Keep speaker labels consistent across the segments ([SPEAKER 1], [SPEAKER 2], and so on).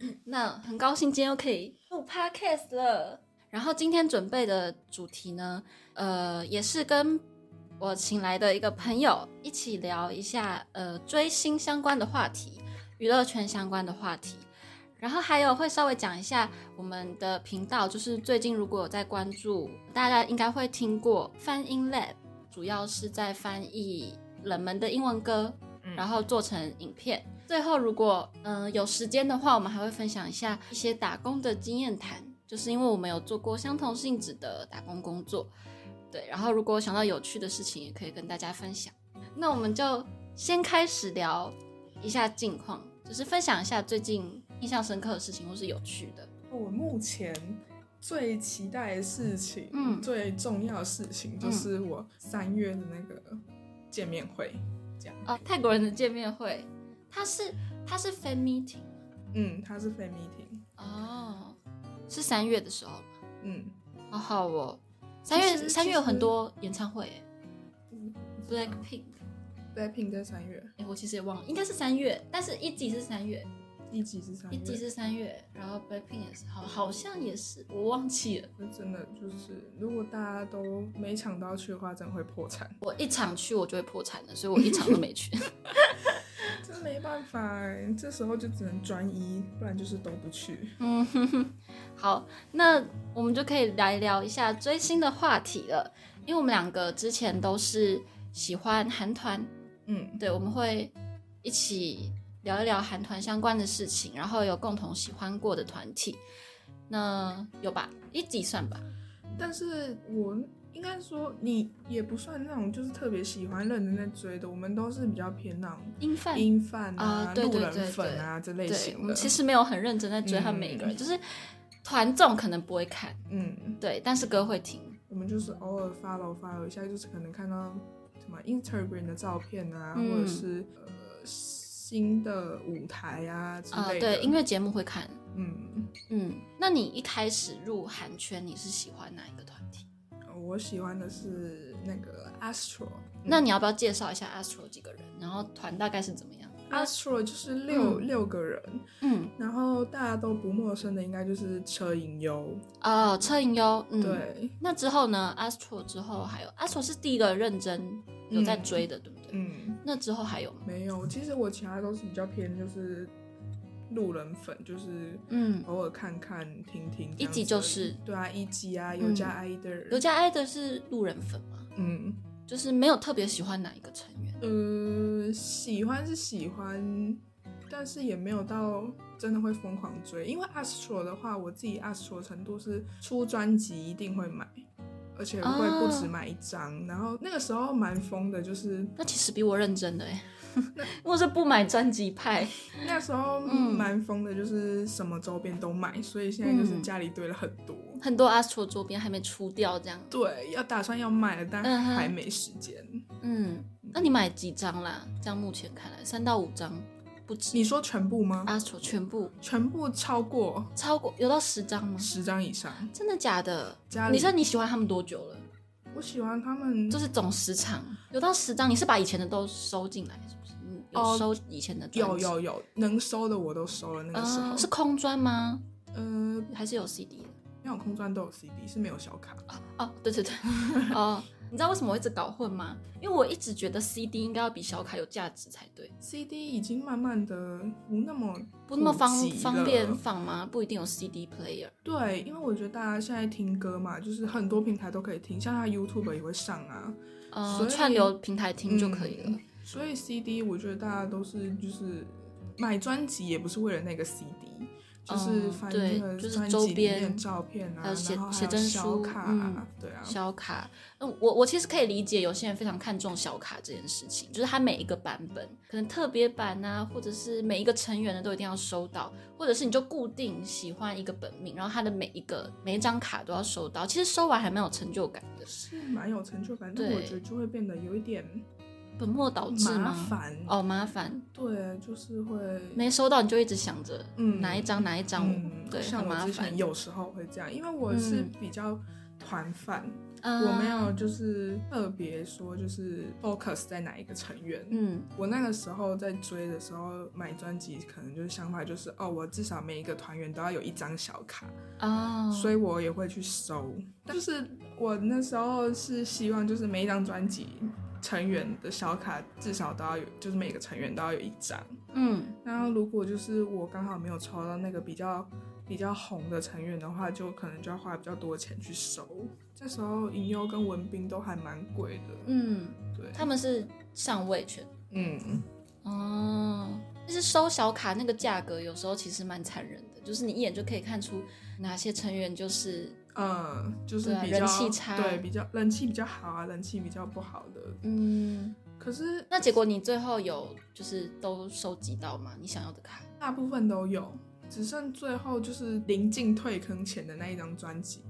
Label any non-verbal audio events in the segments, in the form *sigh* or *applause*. [SPEAKER 1] *clears throat* 那很高兴今天又可以录 podcast 了。然后今天准备的主题呢，呃，也是跟我请来的一个朋友一起聊一下，呃，追星相关的话题、娱乐圈相关的话题，然后还有会稍微讲一下我们的频道，就是最近如果有在关注，大家应该会听过翻音 Lab，主要是在翻译冷门的英文歌，
[SPEAKER 2] 嗯
[SPEAKER 1] 然后做成影片。最后，如果嗯、呃有时间的话，我们还会分享一下一些打工的经验谈，就是因为我们有做过相同性质的打工工作，对。然后，如果想到有趣的事情，也可以跟大家分享。那我们就先开始聊一下近况，就是分享一下最近印象深刻的事情或是有趣的。
[SPEAKER 2] 我目前最期待的事情，
[SPEAKER 1] 嗯
[SPEAKER 2] 最重要的事情就是我三月的那个见面会，
[SPEAKER 1] 哦，泰国人的见面会，它是它是 fan meeting
[SPEAKER 2] 嗯，它是 fan meeting，
[SPEAKER 1] 哦，是三月的时候吗？
[SPEAKER 2] 嗯，
[SPEAKER 1] 好好哦，三
[SPEAKER 2] 其
[SPEAKER 1] 月
[SPEAKER 2] 实
[SPEAKER 1] 三月有
[SPEAKER 2] 其实
[SPEAKER 1] 很多演唱会耶
[SPEAKER 2] 嗯
[SPEAKER 1] ，Blackpink，
[SPEAKER 2] ，Blackpink 在三月，
[SPEAKER 1] 哎、我其实也忘了，应该是三月，但是一集是三月，
[SPEAKER 2] 一集是三
[SPEAKER 1] 一
[SPEAKER 2] 月，
[SPEAKER 1] 集是三月，然后 Blackpink 也是，好好像也是，我忘记了。
[SPEAKER 2] 那真的就是，如果大家都没抢到去的话，真的会破产，
[SPEAKER 1] 我一场去我就会破产的，所以我一场都没去。
[SPEAKER 2] 真没办法欸、这时候就只能专一，不然就是都不去。
[SPEAKER 1] 嗯，哼哼， *laughs* 好，那我们就可以来聊一下追星的话题了，因为我们两个之前都是喜欢韩团，
[SPEAKER 2] 嗯，
[SPEAKER 1] 对，我们会一起聊一聊韩团相关的事情，然后有共同喜欢过的团体，那有吧？一集算吧，
[SPEAKER 2] 但是我应该说，你也不算那种就是特别喜欢认真在追的，我们都是比较偏那种
[SPEAKER 1] 英范。
[SPEAKER 2] 音饭
[SPEAKER 1] 啊对对
[SPEAKER 2] 路人粉啊这类
[SPEAKER 1] 对，我
[SPEAKER 2] 型的。
[SPEAKER 1] 们其实没有很认真在追他们每一个人，就是团综可能不会看，
[SPEAKER 2] 嗯，
[SPEAKER 1] 对，但是歌会听，
[SPEAKER 2] 我们就是偶尔 follow follow 一下，就是可能看到什么 Instagram 的照片啊，
[SPEAKER 1] 嗯
[SPEAKER 2] 或者是呃新的舞台啊之
[SPEAKER 1] 啊、
[SPEAKER 2] 类的。
[SPEAKER 1] 对，音乐节目会看，
[SPEAKER 2] 嗯，
[SPEAKER 1] 嗯，那你一开始入韩圈，你是喜欢哪一个团体？
[SPEAKER 2] 我喜欢的是那个 Astro，
[SPEAKER 1] 那你要不要介绍一下 Astro 几个人，然后团大概是怎么样？
[SPEAKER 2] Astro 就是六、六个人，
[SPEAKER 1] 嗯，
[SPEAKER 2] 然后大家都不陌生的应该就是车银优，
[SPEAKER 1] 哦，车银优，嗯，。
[SPEAKER 2] 对，
[SPEAKER 1] 那之后呢？Astro 之后还有 Astro 是第一个认真有在追的，对不对？
[SPEAKER 2] 嗯，
[SPEAKER 1] 那之后还有吗？
[SPEAKER 2] 没有，其实我其他都是比较偏就是路人粉，就是
[SPEAKER 1] 嗯，
[SPEAKER 2] 偶尔看看听听这样子而已，
[SPEAKER 1] 一集就是嗯
[SPEAKER 2] 对啊，一集啊，有加 either，
[SPEAKER 1] 刘家爱的是路人粉吗？
[SPEAKER 2] 嗯
[SPEAKER 1] 就是没有特别喜欢哪一个成员。
[SPEAKER 2] 呃，喜欢是喜欢，但是也没有到真的会疯狂追，因为 Astro 的话，我自己 Astro 程度是出专辑一定会买。而且会不止
[SPEAKER 1] 哦
[SPEAKER 2] 买一张然后那个时候蛮疯的，就是
[SPEAKER 1] 那其实比我认真的 *laughs* 哎、我是不买专辑派。
[SPEAKER 2] 那时候
[SPEAKER 1] 嗯
[SPEAKER 2] 蛮疯的，就是什么周边都买，所以现在就是
[SPEAKER 1] 嗯
[SPEAKER 2] 家里堆了很多。
[SPEAKER 1] 很多 Astro 周边还没出掉，这样。
[SPEAKER 2] 对，要打算要卖了，但
[SPEAKER 1] 嗯哼
[SPEAKER 2] 还没时间。
[SPEAKER 1] 嗯，那你买几张啦？这样目前看来，三到五张不止。
[SPEAKER 2] 你说全部吗？
[SPEAKER 1] Astro 全部
[SPEAKER 2] 全部超过
[SPEAKER 1] 超过有到十张吗？
[SPEAKER 2] 十张以上。
[SPEAKER 1] 真的假的？
[SPEAKER 2] 家里
[SPEAKER 1] 你说你喜欢他们多久了？
[SPEAKER 2] 我喜欢他们，
[SPEAKER 1] 就是总时长有到十张，你是把以前的都收进来，是不是？你有
[SPEAKER 2] 哦
[SPEAKER 1] 收以前的专
[SPEAKER 2] 有
[SPEAKER 1] 辑？
[SPEAKER 2] 有有，能收的我都收了。那个时候、
[SPEAKER 1] 啊，是空专吗？
[SPEAKER 2] 呃，
[SPEAKER 1] 还是有 CD 的？
[SPEAKER 2] 那种空专都有 CD，是没有小卡。
[SPEAKER 1] 哦，对
[SPEAKER 2] *laughs*
[SPEAKER 1] 对对，哦，你知道为什么我一直搞混吗？因为我一直觉得 CD 应该要比小卡有价值才对，
[SPEAKER 2] CD 已经慢慢的不那么
[SPEAKER 1] 不那么方
[SPEAKER 2] 普及了
[SPEAKER 1] 方便放吗？不一定有 CD player。
[SPEAKER 2] 对，因为我觉得大家现在听歌嘛，就是很多平台都可以听，像他 YouTube 也会上啊，
[SPEAKER 1] 呃
[SPEAKER 2] 所，以
[SPEAKER 1] 串流平台听就可以了。
[SPEAKER 2] 嗯所以 CD 我觉得大家都是就是买专辑也不是为了那个 CD，、就是
[SPEAKER 1] 嗯
[SPEAKER 2] 翻
[SPEAKER 1] 对
[SPEAKER 2] 那个
[SPEAKER 1] 就是
[SPEAKER 2] 专
[SPEAKER 1] 周
[SPEAKER 2] 辑里
[SPEAKER 1] 边
[SPEAKER 2] 面照片啊，
[SPEAKER 1] 还有写
[SPEAKER 2] 然后还
[SPEAKER 1] 写
[SPEAKER 2] 有
[SPEAKER 1] 真
[SPEAKER 2] 小
[SPEAKER 1] 书
[SPEAKER 2] 卡、
[SPEAKER 1] 嗯
[SPEAKER 2] 啊，对啊，
[SPEAKER 1] 小卡，那我我其实可以理解有些人非常看重小卡这件事情，就是它每一个版本，可能特别版啊，或者是每一个成员的都一定要收到，或者是你就固定喜欢一个本命，然后它的每一个每一张卡都要收到，其实收完还蛮有成就感的，
[SPEAKER 2] 是蛮有成就感，但
[SPEAKER 1] 对
[SPEAKER 2] 我觉得就会变得有一点
[SPEAKER 1] 本末倒置
[SPEAKER 2] 麻
[SPEAKER 1] 吗？
[SPEAKER 2] 烦，
[SPEAKER 1] 哦，麻烦，
[SPEAKER 2] 对，就是会
[SPEAKER 1] 没收到你就一直想着，
[SPEAKER 2] 嗯
[SPEAKER 1] 哪一张哪一张，
[SPEAKER 2] 嗯，
[SPEAKER 1] 对，
[SPEAKER 2] 像
[SPEAKER 1] 很
[SPEAKER 2] 我
[SPEAKER 1] 麻
[SPEAKER 2] 之
[SPEAKER 1] 烦
[SPEAKER 2] 前有时候会这样，因为我是
[SPEAKER 1] 嗯
[SPEAKER 2] 比较团饭，
[SPEAKER 1] 嗯
[SPEAKER 2] 我没有就是特别说就是 focus 在哪一个成员。
[SPEAKER 1] 嗯
[SPEAKER 2] 我那个时候在追的时候买专辑，可能就是想法就是哦，我至少每一个团员都要有一张小卡，
[SPEAKER 1] 哦，
[SPEAKER 2] 所
[SPEAKER 1] 以
[SPEAKER 2] 以我也会去收。但就是我那时候是希望就是每一张专辑成员的小卡至少都要有，就是每个成员都要有一张。
[SPEAKER 1] 嗯
[SPEAKER 2] 那如果就是我刚好没有抽到那个比较比较红的成员的话，就可能就要花比较多钱去收。这时候银优跟文彬都还蛮贵的，
[SPEAKER 1] 嗯，
[SPEAKER 2] 对，
[SPEAKER 1] 他们是上位权
[SPEAKER 2] 嗯，
[SPEAKER 1] 哦。但是收小卡那个价格有时候其实蛮残忍的，就是你一眼就可以看出哪些成员就是
[SPEAKER 2] 呃，就是
[SPEAKER 1] 对啊
[SPEAKER 2] 比较
[SPEAKER 1] 人气差
[SPEAKER 2] 对，比较人气比较好啊，人气比较不好的。
[SPEAKER 1] 嗯。
[SPEAKER 2] 可是
[SPEAKER 1] 那结果你最后有就是都收集到吗？你想要的卡？
[SPEAKER 2] 大部分都有，只剩最后就是临近退坑前的那一张专辑，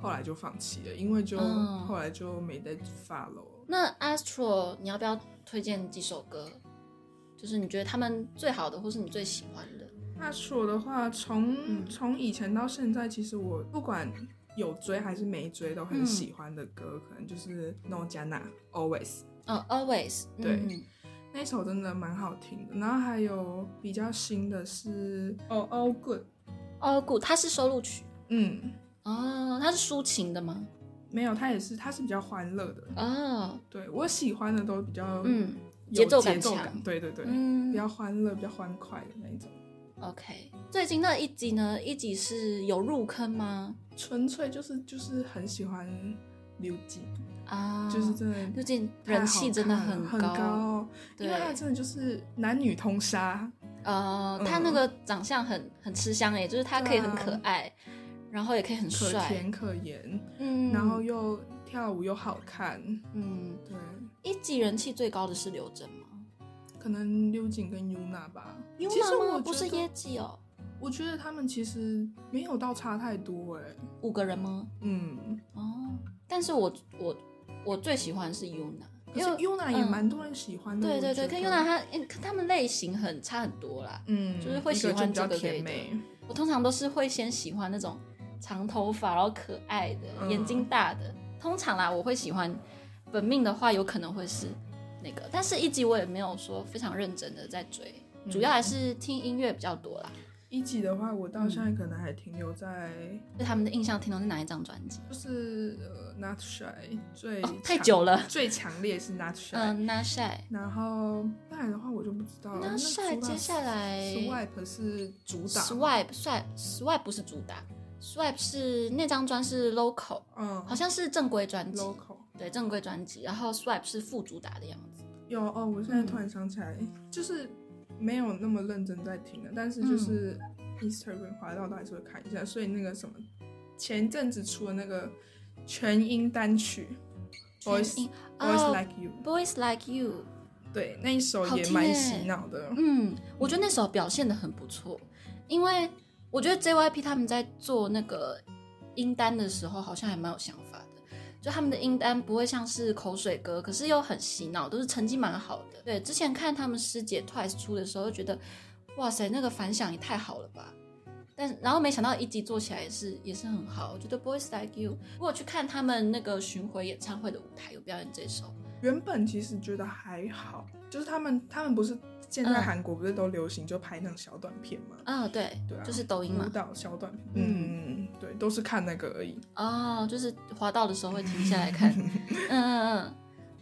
[SPEAKER 2] 后来就放弃了，因为就、
[SPEAKER 1] 嗯
[SPEAKER 2] 后来就没再发了。
[SPEAKER 1] 那 Astro 你要不要推荐几首歌？就是你觉得他们最好的，或是你最喜欢的？
[SPEAKER 2] 那说的话，从
[SPEAKER 1] 嗯
[SPEAKER 2] 从以前到现在，其实我不管有追还是没追，都很
[SPEAKER 1] 嗯
[SPEAKER 2] 喜欢的歌，可能就是《No Jana Always》
[SPEAKER 1] 哦、a l w a y s
[SPEAKER 2] 对
[SPEAKER 1] 嗯、
[SPEAKER 2] 那首真的蛮好听的。然后还有比较新的是哦《All Good》，
[SPEAKER 1] ，All Good，它是收录曲
[SPEAKER 2] 嗯，
[SPEAKER 1] 哦，它是抒情的吗？
[SPEAKER 2] 没有，它也是它是比较欢乐的。
[SPEAKER 1] 哦，
[SPEAKER 2] 对我喜欢的都比较
[SPEAKER 1] 嗯节
[SPEAKER 2] 有节
[SPEAKER 1] 奏
[SPEAKER 2] 奏
[SPEAKER 1] 感
[SPEAKER 2] 感，
[SPEAKER 1] 强
[SPEAKER 2] 对对对，比
[SPEAKER 1] 嗯
[SPEAKER 2] 较欢乐、比较欢快的那一种。
[SPEAKER 1] ，OK。最近那一集呢？一集是有入坑吗？
[SPEAKER 2] 纯粹就是就是很喜欢刘瑾，
[SPEAKER 1] 啊，
[SPEAKER 2] 就是真的
[SPEAKER 1] 最近
[SPEAKER 2] 太好
[SPEAKER 1] 人气真的
[SPEAKER 2] 看了
[SPEAKER 1] 很
[SPEAKER 2] 很
[SPEAKER 1] 高，
[SPEAKER 2] 高因
[SPEAKER 1] 对
[SPEAKER 2] 为，他真的就是男女通杀，
[SPEAKER 1] 呃，他
[SPEAKER 2] 嗯
[SPEAKER 1] 那个长相很很吃香诶，就是他可以很可
[SPEAKER 2] 对啊
[SPEAKER 1] 爱，然后也可以很
[SPEAKER 2] 可
[SPEAKER 1] 帅，
[SPEAKER 2] 甜可盐，
[SPEAKER 1] 嗯，
[SPEAKER 2] 然后又跳舞又好看，
[SPEAKER 1] 嗯，
[SPEAKER 2] 对，
[SPEAKER 1] 一级人气最高的是刘真吗？
[SPEAKER 2] 可能刘瑾跟 Yuna 吧。
[SPEAKER 1] 有
[SPEAKER 2] 其实
[SPEAKER 1] 吗？
[SPEAKER 2] 我
[SPEAKER 1] 不是
[SPEAKER 2] 觉得
[SPEAKER 1] 业，绩哦，
[SPEAKER 2] 我觉得他们其实没有到差太多哎、
[SPEAKER 1] 五个人吗？
[SPEAKER 2] 嗯，
[SPEAKER 1] 哦，但是我我我最喜欢是 Yuna，
[SPEAKER 2] 可
[SPEAKER 1] 因
[SPEAKER 2] 是
[SPEAKER 1] 为
[SPEAKER 2] Yuna 也
[SPEAKER 1] 嗯
[SPEAKER 2] 蛮多人喜欢的，
[SPEAKER 1] 对
[SPEAKER 2] 我
[SPEAKER 1] 对对，
[SPEAKER 2] 觉
[SPEAKER 1] 跟
[SPEAKER 2] 得
[SPEAKER 1] Yuna 她诶看他们类型很差很多啦。
[SPEAKER 2] 嗯，
[SPEAKER 1] 就是会
[SPEAKER 2] 一
[SPEAKER 1] 喜
[SPEAKER 2] 个
[SPEAKER 1] 欢
[SPEAKER 2] 比较
[SPEAKER 1] 这个类
[SPEAKER 2] 甜
[SPEAKER 1] 的
[SPEAKER 2] 美，
[SPEAKER 1] 我通常都是会先喜欢那种长头发，然后可爱的，
[SPEAKER 2] 嗯
[SPEAKER 1] 眼睛大的。通常啦，我会喜欢本命的话，有可能会是那个，但是一集我也没有说非常认真的在追，
[SPEAKER 2] 嗯
[SPEAKER 1] 主要还是听音乐比较多啦。
[SPEAKER 2] 一集的话，我到
[SPEAKER 1] 嗯
[SPEAKER 2] 现在可能还停留在
[SPEAKER 1] 对他们的印象停留在哪一张专辑？
[SPEAKER 2] 就是呃 Not Shy 最
[SPEAKER 1] 哦，太
[SPEAKER 2] 强
[SPEAKER 1] 久
[SPEAKER 2] *laughs*
[SPEAKER 1] 了。
[SPEAKER 2] 最强烈是 Not Shy，
[SPEAKER 1] 嗯 n a s h a
[SPEAKER 2] 然后再来的话我就不知道了。
[SPEAKER 1] 那帅接下来
[SPEAKER 2] 嗯 Swipe 是主打
[SPEAKER 1] Swipe 帅 Swipe 不是主打，Swipe 是那张专是 Local，
[SPEAKER 2] 嗯
[SPEAKER 1] 好像是正规专辑，
[SPEAKER 2] local
[SPEAKER 1] 对正规专辑。然后 Swipe 是副主打的样子。
[SPEAKER 2] 有哦，我现在
[SPEAKER 1] 嗯
[SPEAKER 2] 突然想起来，就是没有那么认真在听了，但是
[SPEAKER 1] 嗯
[SPEAKER 2] 就是 Instagram 滑到都还是会看一下，所以那个什么前阵子出的那个全英单曲 Boys
[SPEAKER 1] 全英
[SPEAKER 2] Boys
[SPEAKER 1] 哦
[SPEAKER 2] Like You，
[SPEAKER 1] Boys Like You，
[SPEAKER 2] 对那一首
[SPEAKER 1] 好
[SPEAKER 2] 也
[SPEAKER 1] 听欸
[SPEAKER 2] 蛮
[SPEAKER 1] 耶
[SPEAKER 2] 洗脑的，
[SPEAKER 1] 嗯，我觉得那首表现的很不错，因为我觉得 JYP 他们在做那个音单的时候，好像还蛮有想法的。就他们的音单不会像是口水歌，可是又很洗脑，都是成绩蛮好的。对，之前看他们师姐 Twice 出的时候，就觉得哇塞，那个反响也太好了吧！但然后没想到一集做起来也是也是很好。我觉得 Boys Like You，如果去看他们那个巡回演唱会的舞台有表演这首，
[SPEAKER 2] 原本其实觉得还好，就是他们他们不是现在
[SPEAKER 1] 嗯
[SPEAKER 2] 韩国不是都流行就拍那种小短片吗？
[SPEAKER 1] 啊、对，
[SPEAKER 2] 对啊
[SPEAKER 1] 就是抖音嘛
[SPEAKER 2] 舞，蹈小短片，
[SPEAKER 1] 嗯
[SPEAKER 2] 嗯，对，都是看那个而已。
[SPEAKER 1] 哦，就是滑到的时候会停下来
[SPEAKER 2] *laughs*
[SPEAKER 1] 看。嗯嗯嗯。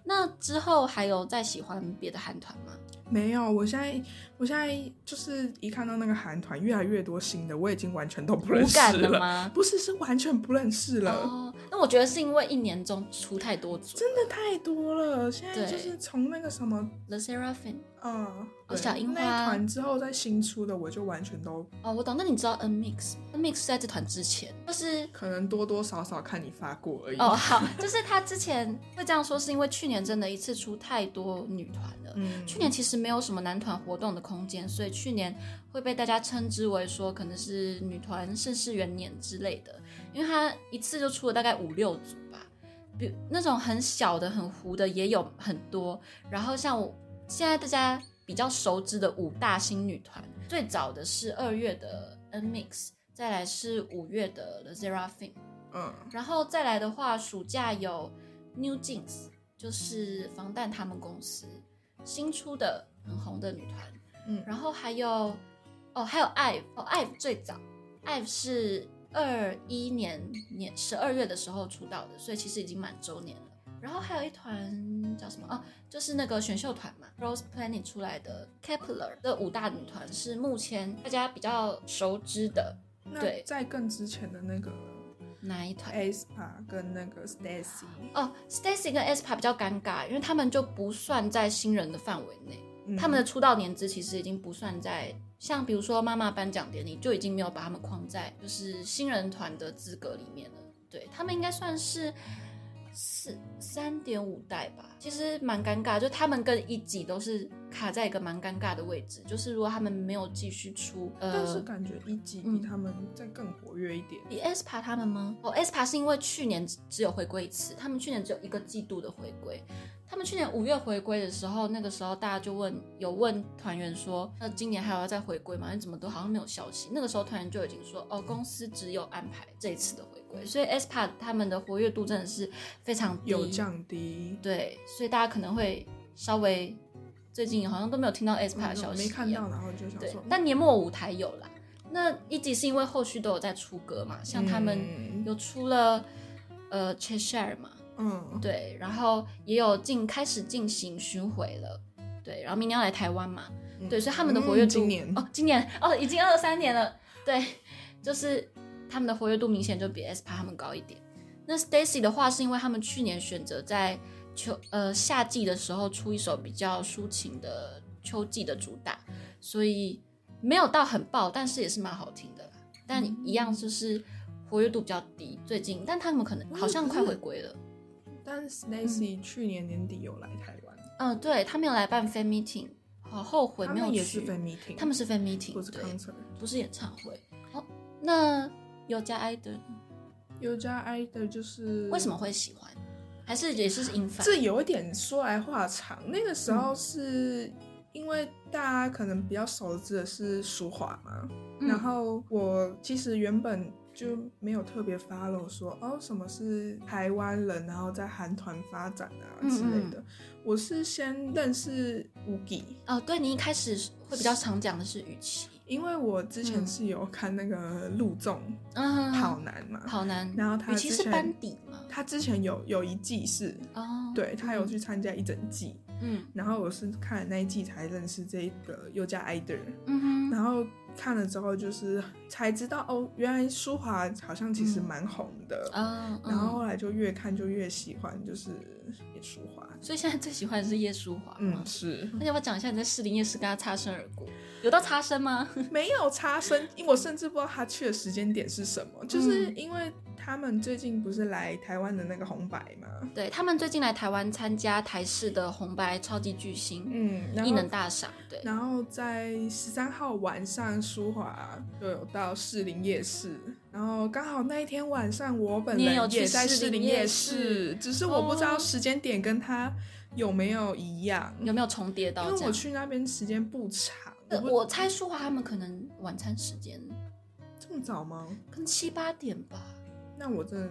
[SPEAKER 1] 那之后还有再喜欢别的韩团吗？
[SPEAKER 2] 没有，我现在我现在就是一看到那个韩团越来越多新的，我已经完全都不认
[SPEAKER 1] 无
[SPEAKER 2] 识
[SPEAKER 1] 感了吗？
[SPEAKER 2] 不是，是完全不认识 *laughs* 了，
[SPEAKER 1] 哦，那我觉得是因为一年中出太多组，
[SPEAKER 2] 真的太多了。现在
[SPEAKER 1] 对
[SPEAKER 2] 就是从那个什么，
[SPEAKER 1] The Seraphim。
[SPEAKER 2] 嗯，
[SPEAKER 1] 哦
[SPEAKER 2] 对
[SPEAKER 1] 小樱花
[SPEAKER 2] 那一团之后再新出的，我就完全都
[SPEAKER 1] 哦，我懂。那你知道 N Mix 吗？N Mix 是在这团之前，就是
[SPEAKER 2] 可能多多少少看你发过而已。
[SPEAKER 1] 哦， *laughs* 好，就是他之前会这样说，是因为去年真的一次出太多女团了。
[SPEAKER 2] 嗯，
[SPEAKER 1] 去年其实没有什么男团活动的空间，所以去年会被大家称之为说可能是女团盛世元年之类的，因为它一次就出了大概五六组吧，比那种很小的、很糊的也有很多，然后像我现在大家比较熟知的五大新女团，最早的是二月的 N Mix，再来是五月的 The Seraphim，
[SPEAKER 2] 嗯
[SPEAKER 1] 然后再来的话，暑假有 New Jeans，就是防弹他们公司新出的很红的女团，
[SPEAKER 2] 嗯
[SPEAKER 1] 然后还有哦，还有 IVE，哦 IVE 最早，IVE 是二一年年十二月的时候出道的，所以其实已经满周年了。然后还有一团叫什么？哦，就是那个选秀团嘛，Rose Planet 出来的 Kepler 的五大女团是目前大家比较熟知的
[SPEAKER 2] 那
[SPEAKER 1] 对
[SPEAKER 2] 在更之前的那个
[SPEAKER 1] 哪一团？
[SPEAKER 2] Aspa 跟那个 Stacy，
[SPEAKER 1] 哦，Stacy 跟 Espa 比较尴尬，因为他们就不算在新人的范围内，
[SPEAKER 2] 嗯
[SPEAKER 1] 他们的出道年资其实已经不算在像比如说妈妈颁奖典礼就已经没有把他们框在就是新人团的资格里面了。对他们应该算是四三点五代吧，其实蛮尴尬，就他们跟一级都是卡在一个蛮尴尬的位置，就是如果他们没有继续出，呃，
[SPEAKER 2] 但是感觉一级
[SPEAKER 1] 嗯
[SPEAKER 2] 比他们再更活跃一点。
[SPEAKER 1] 比 aespa 他们吗？哦，aespa 是因为去年只只有回归一次，他们去年只有一个季度的回归。他们去年五月回归的时候，那个时候大家就问，有问团员说，那今年还要再回归吗？你怎么都好像没有消息。那个时候团员就已经说，哦，公司只有安排这一次的回归，所以 aespa 他们的活跃度真的是非常低，
[SPEAKER 2] 有降低，
[SPEAKER 1] 对，所以大家可能会稍微最近好像都没有听到 aespa 的消息一
[SPEAKER 2] 嗯没
[SPEAKER 1] 样，
[SPEAKER 2] 看到，然后就想
[SPEAKER 1] 对
[SPEAKER 2] 说，，
[SPEAKER 1] 但年末舞台有啦。那一集是因为后续都有在出歌嘛，像他们
[SPEAKER 2] 嗯
[SPEAKER 1] 有出了呃 Cheshire 嘛，
[SPEAKER 2] 嗯，
[SPEAKER 1] 对，然后也有进开始进行巡回了，对，然后明年要来台湾嘛，
[SPEAKER 2] 嗯
[SPEAKER 1] 对，所以他们的活跃
[SPEAKER 2] 嗯
[SPEAKER 1] 度、
[SPEAKER 2] 今年
[SPEAKER 1] 哦，今年哦已经二三年了，对，就是他们的活跃度明显就比 S 趴他们高一点。那 Stacy 的话，是因为他们去年选择在秋呃夏季的时候出一首比较抒情的秋季的主打，所以没有到很爆，但是也是蛮好听的啦。但一样就是活跃度比较低，最近，但他们可能好像快回归了。
[SPEAKER 2] 但 Stacy 去年年底有来台湾，
[SPEAKER 1] 嗯，对他们有来办 fan meeting，好后悔
[SPEAKER 2] 他
[SPEAKER 1] 没有
[SPEAKER 2] 们
[SPEAKER 1] 去。
[SPEAKER 2] 也是 fan meeting，
[SPEAKER 1] 他们是 fan meeting，
[SPEAKER 2] 不是
[SPEAKER 1] 对
[SPEAKER 2] concert。
[SPEAKER 1] 不是演唱会。哦，那有加 i d
[SPEAKER 2] 嗯有加 I 的就是
[SPEAKER 1] 为什么会喜欢？还是也是英法？
[SPEAKER 2] 这有一点说来话长。那个时
[SPEAKER 1] 嗯
[SPEAKER 2] 候是因为大家可能比较熟知的是舒华嘛，
[SPEAKER 1] 嗯
[SPEAKER 2] 然后我其实原本就没有特别 follow 说哦什么是台湾人，然后在韩团发展啊
[SPEAKER 1] 嗯
[SPEAKER 2] 之类的。我是先认识 w g i
[SPEAKER 1] 哦，对你一开始会比较常讲的是雨琦，
[SPEAKER 2] 因为我之前
[SPEAKER 1] 嗯
[SPEAKER 2] 是有看那个陆纵
[SPEAKER 1] 嗯，
[SPEAKER 2] 跑男嘛，
[SPEAKER 1] 好难。
[SPEAKER 2] 然后他
[SPEAKER 1] 雨琦
[SPEAKER 2] 之
[SPEAKER 1] 是
[SPEAKER 2] 前
[SPEAKER 1] 班底嘛？
[SPEAKER 2] 他之前有有一季是。
[SPEAKER 1] 哦，
[SPEAKER 2] 对他有去参加一整季，
[SPEAKER 1] 嗯，
[SPEAKER 2] 然后我是看了那一季才认识这个优加 idol，
[SPEAKER 1] 嗯嗯哼，
[SPEAKER 2] 然后看了之后就是才知道哦，原来舒华好像其实蛮红的，
[SPEAKER 1] 啊，
[SPEAKER 2] 然后
[SPEAKER 1] 嗯
[SPEAKER 2] 后来就越看就越喜欢，就是舒华。
[SPEAKER 1] 所以现在最喜欢的是叶舒华嘛
[SPEAKER 2] 嗯，？是
[SPEAKER 1] 那要不要讲一下你在士林夜市跟他擦身而过？有到擦身
[SPEAKER 2] *laughs*
[SPEAKER 1] 吗？
[SPEAKER 2] *laughs* 没有差生，因为我甚至不知道他去的时间点是什么，就是因为他们最近不是来台湾的那个红白嘛，
[SPEAKER 1] 对他们最近来台湾参加台视的红白超级巨星，
[SPEAKER 2] 嗯，然
[SPEAKER 1] 艺
[SPEAKER 2] 后
[SPEAKER 1] 能大赏，对，
[SPEAKER 2] 然后在十三号晚上，舒华就有到士林夜市，然后刚好那一天晚上我本
[SPEAKER 1] 你也有
[SPEAKER 2] 人
[SPEAKER 1] 去
[SPEAKER 2] 也在
[SPEAKER 1] 士
[SPEAKER 2] 士
[SPEAKER 1] 林
[SPEAKER 2] 林
[SPEAKER 1] 夜
[SPEAKER 2] 夜
[SPEAKER 1] 市
[SPEAKER 2] 市，只是我不知道
[SPEAKER 1] 哦
[SPEAKER 2] 时间点跟他有没有一样，
[SPEAKER 1] 有没有重叠到
[SPEAKER 2] 因
[SPEAKER 1] 这
[SPEAKER 2] 为我
[SPEAKER 1] 样？
[SPEAKER 2] 去那边时间不长，
[SPEAKER 1] 呃
[SPEAKER 2] 不
[SPEAKER 1] 我猜舒华他们可能晚餐时间
[SPEAKER 2] 这么早吗？
[SPEAKER 1] 可能七八点吧，
[SPEAKER 2] 那我真的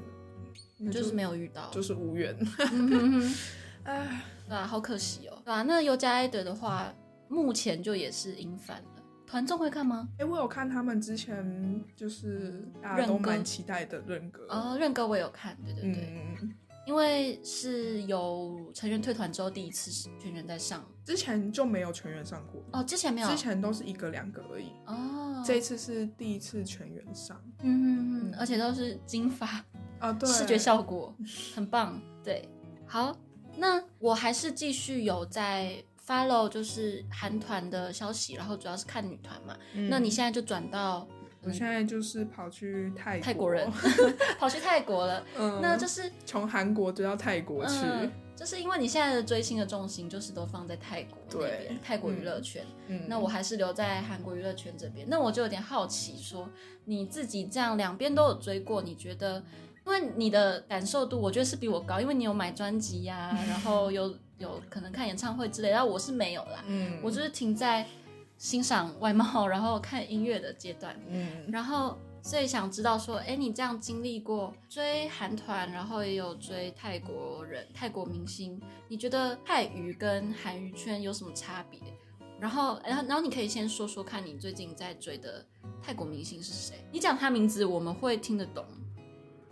[SPEAKER 2] 那
[SPEAKER 1] 就是没有遇到， *laughs*
[SPEAKER 2] 就是无缘，
[SPEAKER 1] 嗯哼哼
[SPEAKER 2] *laughs* 哎，
[SPEAKER 1] 对啊，好可惜哦，对啊，那尤加艾德的话，目前就也是英翻了。团综会看吗？
[SPEAKER 2] 哎，我有看他们之前就是大家
[SPEAKER 1] 认
[SPEAKER 2] 都
[SPEAKER 1] 歌
[SPEAKER 2] 蛮期待的润哥，
[SPEAKER 1] 呃，任哥我也有看，对对对，
[SPEAKER 2] 嗯，
[SPEAKER 1] 因为是有成员退团之后第一次是全员在上
[SPEAKER 2] 之前就没有全员上过。
[SPEAKER 1] 哦，之前没有
[SPEAKER 2] 之前都是一个两个而已，
[SPEAKER 1] 哦，
[SPEAKER 2] 这一次是第一次全员上
[SPEAKER 1] 嗯嗯嗯，而且都是金发，
[SPEAKER 2] 啊，对，
[SPEAKER 1] 视觉效果很
[SPEAKER 2] *laughs*
[SPEAKER 1] 棒。对，好，那我还是继续有在 follow 就是韩团的消息，然后主要是看女团嘛。
[SPEAKER 2] 嗯
[SPEAKER 1] 那你现在就转到
[SPEAKER 2] 我现在就是跑去泰
[SPEAKER 1] 泰国人，跑去泰国了。
[SPEAKER 2] 嗯，
[SPEAKER 1] 那就是
[SPEAKER 2] *laughs* 从韩国追到泰国去，
[SPEAKER 1] 嗯，就是因为你现在的追星的重心就是都放在泰国那边
[SPEAKER 2] 对，
[SPEAKER 1] 泰国娱乐圈。
[SPEAKER 2] 嗯，
[SPEAKER 1] 那我还是留在韩国娱乐圈这边。那我就有点好奇说，你自己这样两边都有追过，你觉得？因为你的感受度，我觉得是比我高，因为你有买专辑呀、
[SPEAKER 2] *laughs*
[SPEAKER 1] 然后有有可能看演唱会之类，然后我是没有啦，
[SPEAKER 2] 嗯，
[SPEAKER 1] 我就是停在欣赏外貌，然后看音乐的阶段。
[SPEAKER 2] 嗯，
[SPEAKER 1] 然后所以想知道说，哎，你这样经历过追韩团，然后也有追泰国人、泰国明星，你觉得泰娱跟韩娱圈有什么差别？然后，然后，然后你可以先说说看你最近在追的泰国明星是谁？你讲他名字，我们会听得懂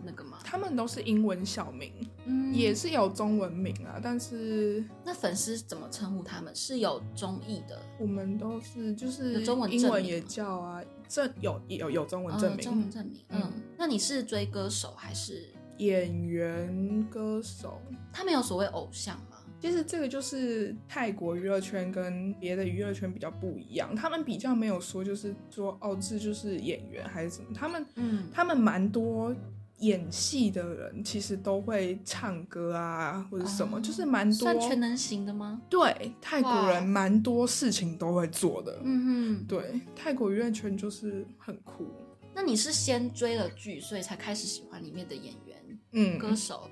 [SPEAKER 1] 那个吗？
[SPEAKER 2] 他们都是英文小名，
[SPEAKER 1] 嗯
[SPEAKER 2] 也是有中文名啊，但是
[SPEAKER 1] 那粉丝怎么称呼他们？是有中译的，
[SPEAKER 2] 我们都是就是
[SPEAKER 1] 有中文证明
[SPEAKER 2] 英文
[SPEAKER 1] 吗
[SPEAKER 2] 也叫啊，证有有有中文
[SPEAKER 1] 呃
[SPEAKER 2] 证
[SPEAKER 1] 中
[SPEAKER 2] 明，
[SPEAKER 1] 文证明。嗯，
[SPEAKER 2] 嗯
[SPEAKER 1] 那你是追歌手还是
[SPEAKER 2] 演员、歌手。
[SPEAKER 1] 他们有所谓偶像吗？
[SPEAKER 2] 其实这个就是泰国娱乐圈跟别的娱乐圈比较不一样，他们比较没有说就是说哦，这就是演员还是怎么，他们
[SPEAKER 1] 嗯，
[SPEAKER 2] 他们蛮多演戏的人其实都会唱歌啊或者什么，
[SPEAKER 1] 哦
[SPEAKER 2] 就是蛮多
[SPEAKER 1] 算全能型的吗？
[SPEAKER 2] 对泰国
[SPEAKER 1] 哇
[SPEAKER 2] 人蛮多事情都会做的。
[SPEAKER 1] 嗯哼，
[SPEAKER 2] 对，泰国娱乐圈就是很酷，
[SPEAKER 1] 那你是先追了剧，所以才开始喜欢里面的演员、
[SPEAKER 2] 嗯，
[SPEAKER 1] 歌手？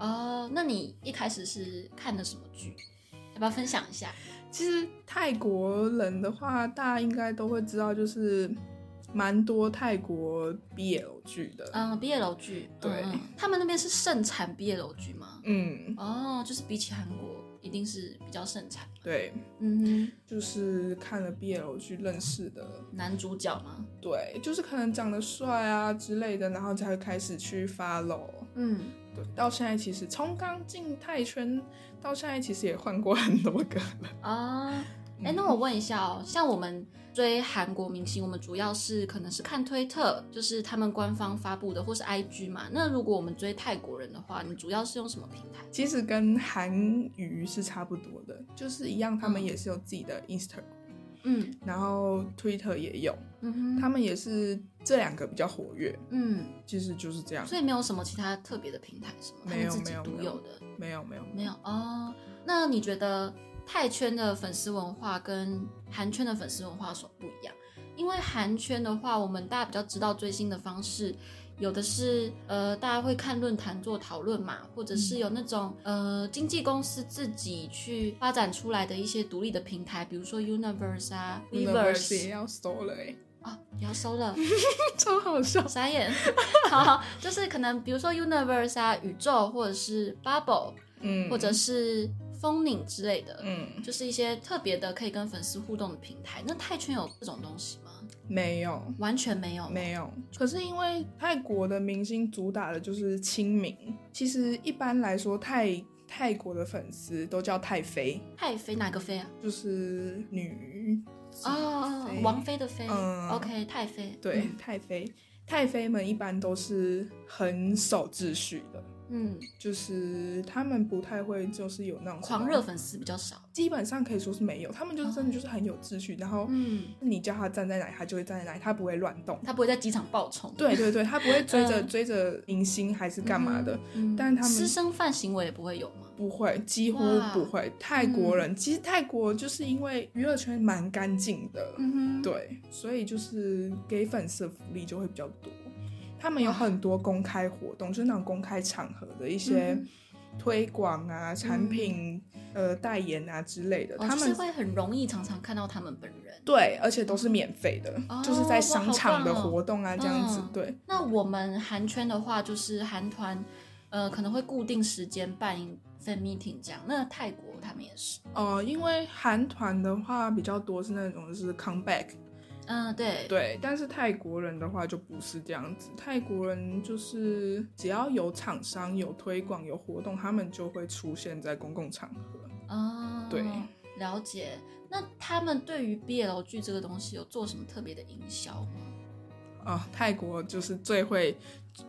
[SPEAKER 1] 哦，那你一开始是看的什么剧？要不要分享一下？
[SPEAKER 2] 其实泰国人的话，大家应该都会知道，就是蛮多泰国 BL 剧的。
[SPEAKER 1] 嗯，BL 剧，
[SPEAKER 2] 对
[SPEAKER 1] 嗯嗯他们那边是盛产 BL 剧吗？
[SPEAKER 2] 嗯，
[SPEAKER 1] 哦，就是比起韩国，一定是比较盛产。
[SPEAKER 2] 对，
[SPEAKER 1] 嗯
[SPEAKER 2] 就是看了 BL 剧认识的，
[SPEAKER 1] 哼，男主角吗？
[SPEAKER 2] 对，就是可能长得帅啊之类的，然后才会开始去 follow。
[SPEAKER 1] 嗯，
[SPEAKER 2] 对，到现在其实从刚进泰圈到现在，其实也换过很多个 *laughs* 了。
[SPEAKER 1] 啊，哎、
[SPEAKER 2] 嗯
[SPEAKER 1] 那我问一下哦，像我们追韩国明星，我们主要是可能是看推特，就是他们官方发布的，或是 IG 嘛。那如果我们追泰国人的话，你主要是用什么平台？
[SPEAKER 2] 其实跟韩娱是差不多的，就是一样，他们
[SPEAKER 1] 嗯
[SPEAKER 2] 也是有自己的 Instagram，、
[SPEAKER 1] 嗯
[SPEAKER 2] 然后 Twitter 也有。
[SPEAKER 1] 嗯
[SPEAKER 2] 他
[SPEAKER 1] 哼，
[SPEAKER 2] 们也是这两个比较活跃，
[SPEAKER 1] 嗯，
[SPEAKER 2] 其实就是这样。
[SPEAKER 1] 所以没有什么其他特别的平台是吗？他
[SPEAKER 2] 没
[SPEAKER 1] 们
[SPEAKER 2] 有
[SPEAKER 1] 自己
[SPEAKER 2] 没有
[SPEAKER 1] 独
[SPEAKER 2] 没有
[SPEAKER 1] 有的
[SPEAKER 2] 没有没有
[SPEAKER 1] 没有哦。那你觉得泰圈的粉丝文化跟韩圈的粉丝文化有什么不一样？因为韩圈的话，我们大家比较知道追星的方式，有的是呃，大家会看论坛做讨论嘛，或者
[SPEAKER 2] 嗯
[SPEAKER 1] 是有那种呃经纪公司自己去发展出来的一些独立的平台，比如说 Universe 啊、
[SPEAKER 2] Universe
[SPEAKER 1] Weverse
[SPEAKER 2] 也要收了、欸， *laughs*
[SPEAKER 1] 啊，不要收了，
[SPEAKER 2] 超好笑。
[SPEAKER 1] 傻眼。 *laughs* 好，就是可能比如说 Universe 啊、宇宙或者是 Bubble，
[SPEAKER 2] 嗯，
[SPEAKER 1] 或者是风铃之类的，
[SPEAKER 2] 嗯
[SPEAKER 1] 就是一些特别的可以跟粉丝互动的平台。那泰圈有这种东西吗？
[SPEAKER 2] 没有
[SPEAKER 1] 完全没有。
[SPEAKER 2] 没有。可是因为泰国的明星主打的就是亲民，其实一般来说泰泰国的粉丝都叫泰妃，
[SPEAKER 1] 太妃哪个妃啊？
[SPEAKER 2] 就是女
[SPEAKER 1] 哦，
[SPEAKER 2] 妃
[SPEAKER 1] 王嗯妃的妃。
[SPEAKER 2] 嗯
[SPEAKER 1] OK，太妃。
[SPEAKER 2] 对、太妃。太妃们一般都是很守秩序的，
[SPEAKER 1] 嗯，嗯，
[SPEAKER 2] 就是他们不太会就是有那种什么
[SPEAKER 1] 狂热粉丝比较少。
[SPEAKER 2] 基本上可以说是没有，他们就是真的就是很有秩序，然后
[SPEAKER 1] 嗯，
[SPEAKER 2] 你叫他站在哪里，他就会站在哪里，他不会乱动。
[SPEAKER 1] 他不会在机场爆冲。
[SPEAKER 2] 对对对，他不会追着、
[SPEAKER 1] 嗯
[SPEAKER 2] 追着明星还是干嘛的，
[SPEAKER 1] 嗯，
[SPEAKER 2] 但他们
[SPEAKER 1] 私生饭行为也不会有吗？
[SPEAKER 2] 不会，几乎
[SPEAKER 1] 哇嗯
[SPEAKER 2] 不会。泰国人、其实泰国就是因为娱乐圈蛮干净的，
[SPEAKER 1] 嗯哼，
[SPEAKER 2] 对，所以就是给粉丝的福利就会比较多。他们有很多公开活动，就是那种公开场合的一些
[SPEAKER 1] 嗯
[SPEAKER 2] 推广啊、产品呃代言啊之类的，
[SPEAKER 1] 哦
[SPEAKER 2] 他
[SPEAKER 1] 就是
[SPEAKER 2] 们
[SPEAKER 1] 会很容易常常看到他们本人。
[SPEAKER 2] 对，而且都是免费的，
[SPEAKER 1] 哦
[SPEAKER 2] 就是在商场的
[SPEAKER 1] 哇好棒哦
[SPEAKER 2] 活动啊，这样子。
[SPEAKER 1] 嗯
[SPEAKER 2] 对，
[SPEAKER 1] 那我们韩圈的话，就是韩团，呃，可能会固定时间办 fan meeting 这样。那泰国他们也是，
[SPEAKER 2] 呃，因为韩团的话比较多是那种就是 comeback，
[SPEAKER 1] 嗯、对，
[SPEAKER 2] 对，但是泰国人的话就不是这样子，泰国人就是只要有厂商、有推广、有活动，他们就会出现在公共场合。
[SPEAKER 1] 哦，
[SPEAKER 2] 对，
[SPEAKER 1] 了解。那他们对于 BL 剧这个东西有做什么特别的营销吗？
[SPEAKER 2] 啊、泰国就是最会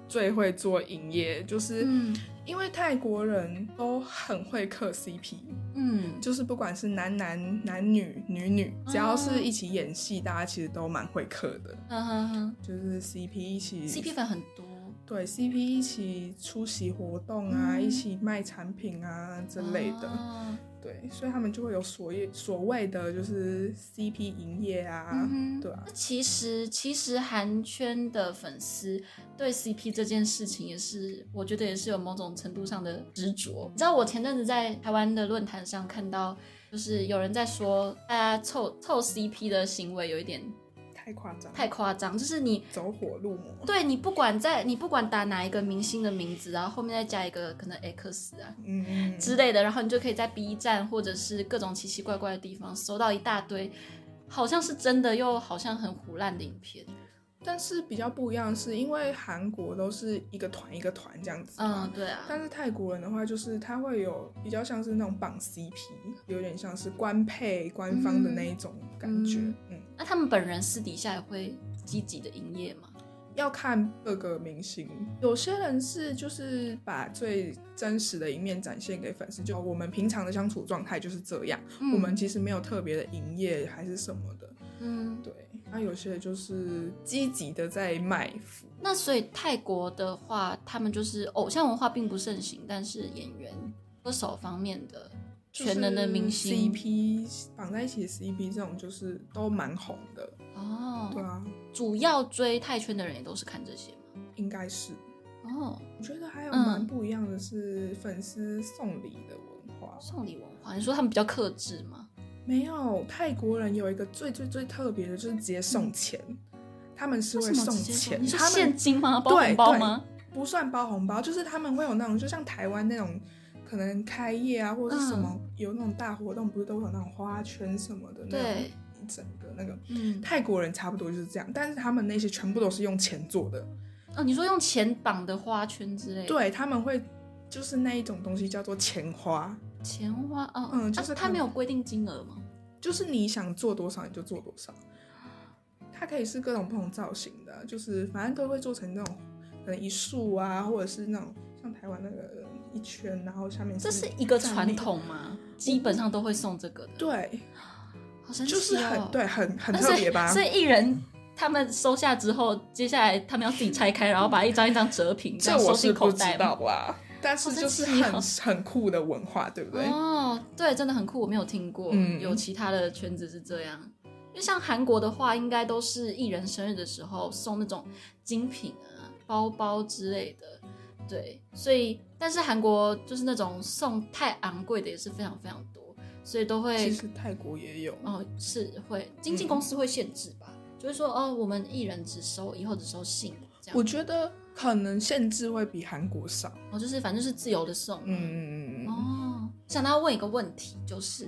[SPEAKER 2] 最会做营业，就是、
[SPEAKER 1] 嗯
[SPEAKER 2] 因为泰国人都很会嗑 CP，
[SPEAKER 1] 嗯，
[SPEAKER 2] 就是不管是男男、男女、女女，只要
[SPEAKER 1] 哦
[SPEAKER 2] 是一起演戏，大家其实都蛮会嗑的，
[SPEAKER 1] 哼哼哼
[SPEAKER 2] 就是 CP 一起
[SPEAKER 1] ，CP 嗯粉很多，
[SPEAKER 2] 对 CP 一起出席活动啊，
[SPEAKER 1] 嗯
[SPEAKER 2] 一起卖产品啊之类的，啊
[SPEAKER 1] 哦
[SPEAKER 2] 对，所以他们就会有所谓所谓的就是 CP 营业啊，
[SPEAKER 1] 嗯哼
[SPEAKER 2] 对啊，
[SPEAKER 1] 那其实，其实韩圈的粉丝对 CP 这件事情也是，我觉得也是有某种程度上的执着。你知道，我前阵子在台湾的论坛上看到，就是有人在说，大家凑凑 CP 的行为有一点
[SPEAKER 2] 太夸张，
[SPEAKER 1] 太夸张，就是你
[SPEAKER 2] 走火入魔。
[SPEAKER 1] 对你不管在你不管打哪一个明星的名字，然后后面再加一个可能 X 啊
[SPEAKER 2] 嗯嗯，
[SPEAKER 1] 之类的，然后你就可以在 B 站或者是各种奇奇怪怪的地方搜到一大堆，好像是真的又好像很胡乱的影片。
[SPEAKER 2] 但是比较不一样的是，因为韩国都是一个团一个团这样子，
[SPEAKER 1] 嗯，，对啊，
[SPEAKER 2] 但是泰国人的话，就是他会有比较像是那种绑 CP，有点像是官配官方的那一种感觉，
[SPEAKER 1] 嗯
[SPEAKER 2] 嗯，
[SPEAKER 1] 那他们本人私底下也会积极的营业吗？
[SPEAKER 2] 要看各个明星，有些人是就是把最真实的一面展现给粉丝，就我们平常的相处状态就是这样，我们其实没有特别的营业还是什么的，
[SPEAKER 1] 嗯，
[SPEAKER 2] 对。那有些就是积极的在卖腐，
[SPEAKER 1] 那所以泰国的话，他们就是偶像文化并不盛行，但是演员、歌手方面的全能的明星、
[SPEAKER 2] 就是 CP 绑在一起的 CP 这种就是都蛮红的，对
[SPEAKER 1] 哦，
[SPEAKER 2] 啊，
[SPEAKER 1] 主要追泰圈的人也都是看这些嘛。
[SPEAKER 2] 应该是。
[SPEAKER 1] 哦，
[SPEAKER 2] 我觉得还有
[SPEAKER 1] 嗯
[SPEAKER 2] 蛮不一样的是粉丝送礼的文化，
[SPEAKER 1] 送礼文化，你说他们比较克制吗？
[SPEAKER 2] 没有泰国人有一个最最最特别的，就是直接送钱，他们是
[SPEAKER 1] 嗯为
[SPEAKER 2] 会
[SPEAKER 1] 什么
[SPEAKER 2] 送
[SPEAKER 1] 直接
[SPEAKER 2] 钱，
[SPEAKER 1] 你说
[SPEAKER 2] 他
[SPEAKER 1] 现
[SPEAKER 2] 们
[SPEAKER 1] 金吗？包红包吗？
[SPEAKER 2] 不算包红包，就是他们会有那种，就像台湾那种。可能开业啊，或者是什么、
[SPEAKER 1] 嗯
[SPEAKER 2] 有那种大活动，不是都有那种花圈什么的，那种
[SPEAKER 1] 对，
[SPEAKER 2] 一整个那个
[SPEAKER 1] 嗯，
[SPEAKER 2] 泰国人差不多就是这样，但是他们那些全部都是用钱做的，
[SPEAKER 1] 哦，你说用钱绑的花圈之类的，，
[SPEAKER 2] 对他们会就是那一种东西叫做钱花，
[SPEAKER 1] 钱花哦，
[SPEAKER 2] 嗯
[SPEAKER 1] 啊
[SPEAKER 2] 就是嗯
[SPEAKER 1] 他
[SPEAKER 2] 看
[SPEAKER 1] 没有规定金额吗？
[SPEAKER 2] 就是你想做多少你就做多少，它可以是各种不同造型的，就是反正都会做成那种可能一束啊，或者是那种像台湾那个一圈，然后下面
[SPEAKER 1] 这是一个
[SPEAKER 2] 站
[SPEAKER 1] 传，
[SPEAKER 2] 立
[SPEAKER 1] 统吗？基本上都会送这个的，
[SPEAKER 2] 对，
[SPEAKER 1] 好神奇
[SPEAKER 2] 就
[SPEAKER 1] 哦！
[SPEAKER 2] 是很对，啊很很
[SPEAKER 1] 那
[SPEAKER 2] 特别吧
[SPEAKER 1] 所？以所以艺人他们收下之后，接下来他们要自己拆开，然后把一张一张折平，
[SPEAKER 2] 这
[SPEAKER 1] 样收
[SPEAKER 2] 我
[SPEAKER 1] 进
[SPEAKER 2] 是
[SPEAKER 1] 口
[SPEAKER 2] 不知
[SPEAKER 1] 袋吗
[SPEAKER 2] 道啦，但是就是
[SPEAKER 1] 好神奇
[SPEAKER 2] 很、
[SPEAKER 1] 哦
[SPEAKER 2] 很酷的文化，对不对？
[SPEAKER 1] 哦，对，真的很酷，我没有听过，
[SPEAKER 2] 嗯
[SPEAKER 1] 有其他的圈子是这样。因为像韩国的话，应该都是艺人生日的时候送那种精品啊、包包之类的，对。所以，但是韩国就是那种送太昂贵的也是非常非常多，所以都
[SPEAKER 2] 其
[SPEAKER 1] 会
[SPEAKER 2] 实泰国也有，
[SPEAKER 1] 哦，是会经纪公司会限制吧，就是说哦，我们艺人只收以后只收信这样
[SPEAKER 2] 我，觉得可能限制会比韩国少。
[SPEAKER 1] 哦，就是反正是自由的送，
[SPEAKER 2] 嗯嗯嗯嗯嗯，
[SPEAKER 1] 哦，想到问一个问题，就是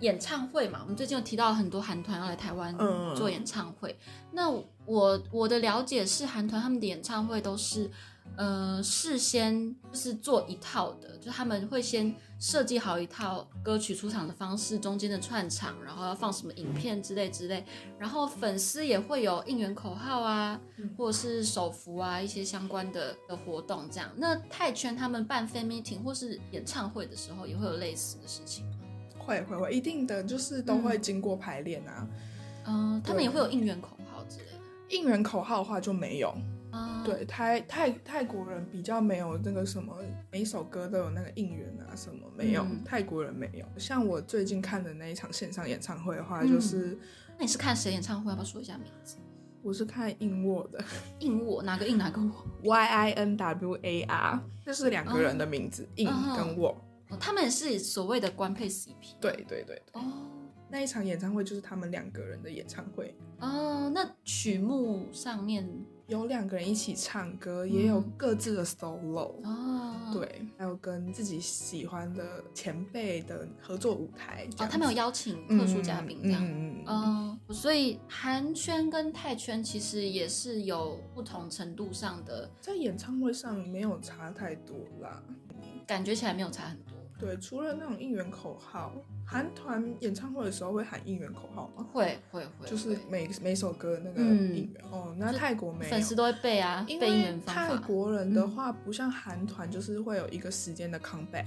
[SPEAKER 1] 演唱会嘛，我们最近有提到很多韩团要来台湾
[SPEAKER 2] 嗯
[SPEAKER 1] 做演唱会。那我我的了解是，韩团他们的演唱会都是呃事先就是做一套的，就他们会先设计好一套歌曲出场的方式，中间的串场，然后要放什么影片之类之类，然后粉丝也会有应援口号啊，
[SPEAKER 2] 嗯
[SPEAKER 1] 或者是手幅啊一些相关的的活动这样。那泰圈他们办 fan meeting 或是演唱会的时候，也会有类似的事情吗。
[SPEAKER 2] 会会会，一定的，就是都会经过排练啊。
[SPEAKER 1] 嗯、他们
[SPEAKER 2] 对
[SPEAKER 1] 也会有应援口号之类的。
[SPEAKER 2] 应援口号的话就没有，
[SPEAKER 1] 啊，
[SPEAKER 2] 对泰泰泰国人比较没有那个什么，每一首歌都有那个应援啊什么没有，
[SPEAKER 1] 嗯
[SPEAKER 2] 泰国人没有。像我最近看的那一场线上演唱会的话，
[SPEAKER 1] 嗯
[SPEAKER 2] 就是、
[SPEAKER 1] 那你是看谁演唱会？要不要说一下名字？
[SPEAKER 2] 我是看硬卧的
[SPEAKER 1] 应我哪个应哪个我？
[SPEAKER 2] Y I N W A R，这是两个人的名字，硬、
[SPEAKER 1] 嗯
[SPEAKER 2] 跟我。
[SPEAKER 1] 哦，他们也是所谓的官配 CP。
[SPEAKER 2] 对对对，
[SPEAKER 1] 哦
[SPEAKER 2] 那一场演唱会就是他们两个人的演唱会，
[SPEAKER 1] 哦，那曲目上面
[SPEAKER 2] 有两个人一起唱歌，也有
[SPEAKER 1] 嗯
[SPEAKER 2] 各自的 solo。
[SPEAKER 1] 哦，，
[SPEAKER 2] 对，还有跟自己喜欢的前辈的合作舞台这
[SPEAKER 1] 哦，
[SPEAKER 2] 样
[SPEAKER 1] 他们有
[SPEAKER 2] 子
[SPEAKER 1] 邀请特殊嘉宾这样。
[SPEAKER 2] 嗯嗯嗯嗯
[SPEAKER 1] 嗯，所以韩圈跟泰圈其实也是有不同程度上的
[SPEAKER 2] 在演唱会上没有差太多啦。
[SPEAKER 1] 感觉起来没有差很多。
[SPEAKER 2] 对，除了那种应援口号，韩团演唱会的时候会喊应援口号吗？
[SPEAKER 1] 会会会，
[SPEAKER 2] 就是
[SPEAKER 1] 会
[SPEAKER 2] 每每首歌那个
[SPEAKER 1] 嗯
[SPEAKER 2] 应援、哦，那泰国没有
[SPEAKER 1] 粉丝都会背啊，
[SPEAKER 2] 因
[SPEAKER 1] 背应
[SPEAKER 2] 为
[SPEAKER 1] 援方
[SPEAKER 2] 泰
[SPEAKER 1] 法。嗯
[SPEAKER 2] 国人的话，不像韩团，就是会有一个时间的 comeback，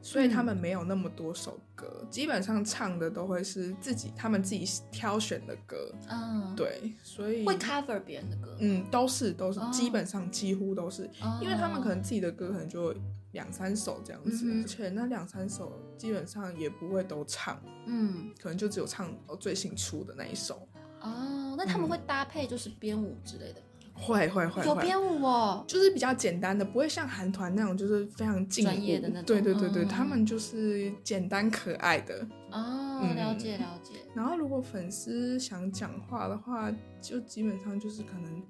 [SPEAKER 2] 所以他们没有那么多首
[SPEAKER 1] 嗯
[SPEAKER 2] 歌，基本上唱的都会是自己他们自己挑选的歌，
[SPEAKER 1] 嗯，，
[SPEAKER 2] 对，所以
[SPEAKER 1] 会 cover 别人的歌，
[SPEAKER 2] 嗯，都是都是
[SPEAKER 1] 哦，
[SPEAKER 2] 基本上几乎都是，
[SPEAKER 1] 哦
[SPEAKER 2] 因为他们可能自己的歌可能就两三首这样子，
[SPEAKER 1] 嗯哼
[SPEAKER 2] 而且那两三首基本上也不会都唱，
[SPEAKER 1] 嗯
[SPEAKER 2] 可能就只哦有唱最新出的那一首。
[SPEAKER 1] 哦，那他们会搭配就是编舞之类的吗。
[SPEAKER 2] 会会会
[SPEAKER 1] 有
[SPEAKER 2] 会，
[SPEAKER 1] 编舞哦，
[SPEAKER 2] 就是比较简单的，不会像韩团那种就是非常劲舞
[SPEAKER 1] 专业的那种
[SPEAKER 2] 对对对对，
[SPEAKER 1] 嗯
[SPEAKER 2] 他们就是简单可爱的。
[SPEAKER 1] 哦，
[SPEAKER 2] 嗯
[SPEAKER 1] 了解了解，
[SPEAKER 2] 然后如果粉丝想讲话的话，就基本上就是可能，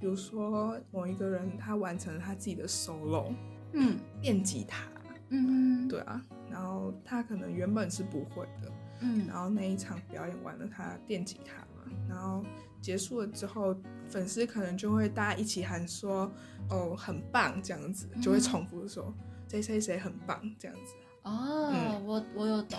[SPEAKER 2] 比如说某一个人他完成了他自己的 solo
[SPEAKER 1] 嗯
[SPEAKER 2] 电吉他，
[SPEAKER 1] 嗯
[SPEAKER 2] 对啊，然后他可能原本是不会的，
[SPEAKER 1] 嗯
[SPEAKER 2] 然后那一场表演完了他电吉他嘛，然后结束了之后，粉丝可能就会大家一起喊说哦很棒这样子，就会重复说谁谁谁很棒这样子。
[SPEAKER 1] 哦，
[SPEAKER 2] 嗯
[SPEAKER 1] 我我有懂。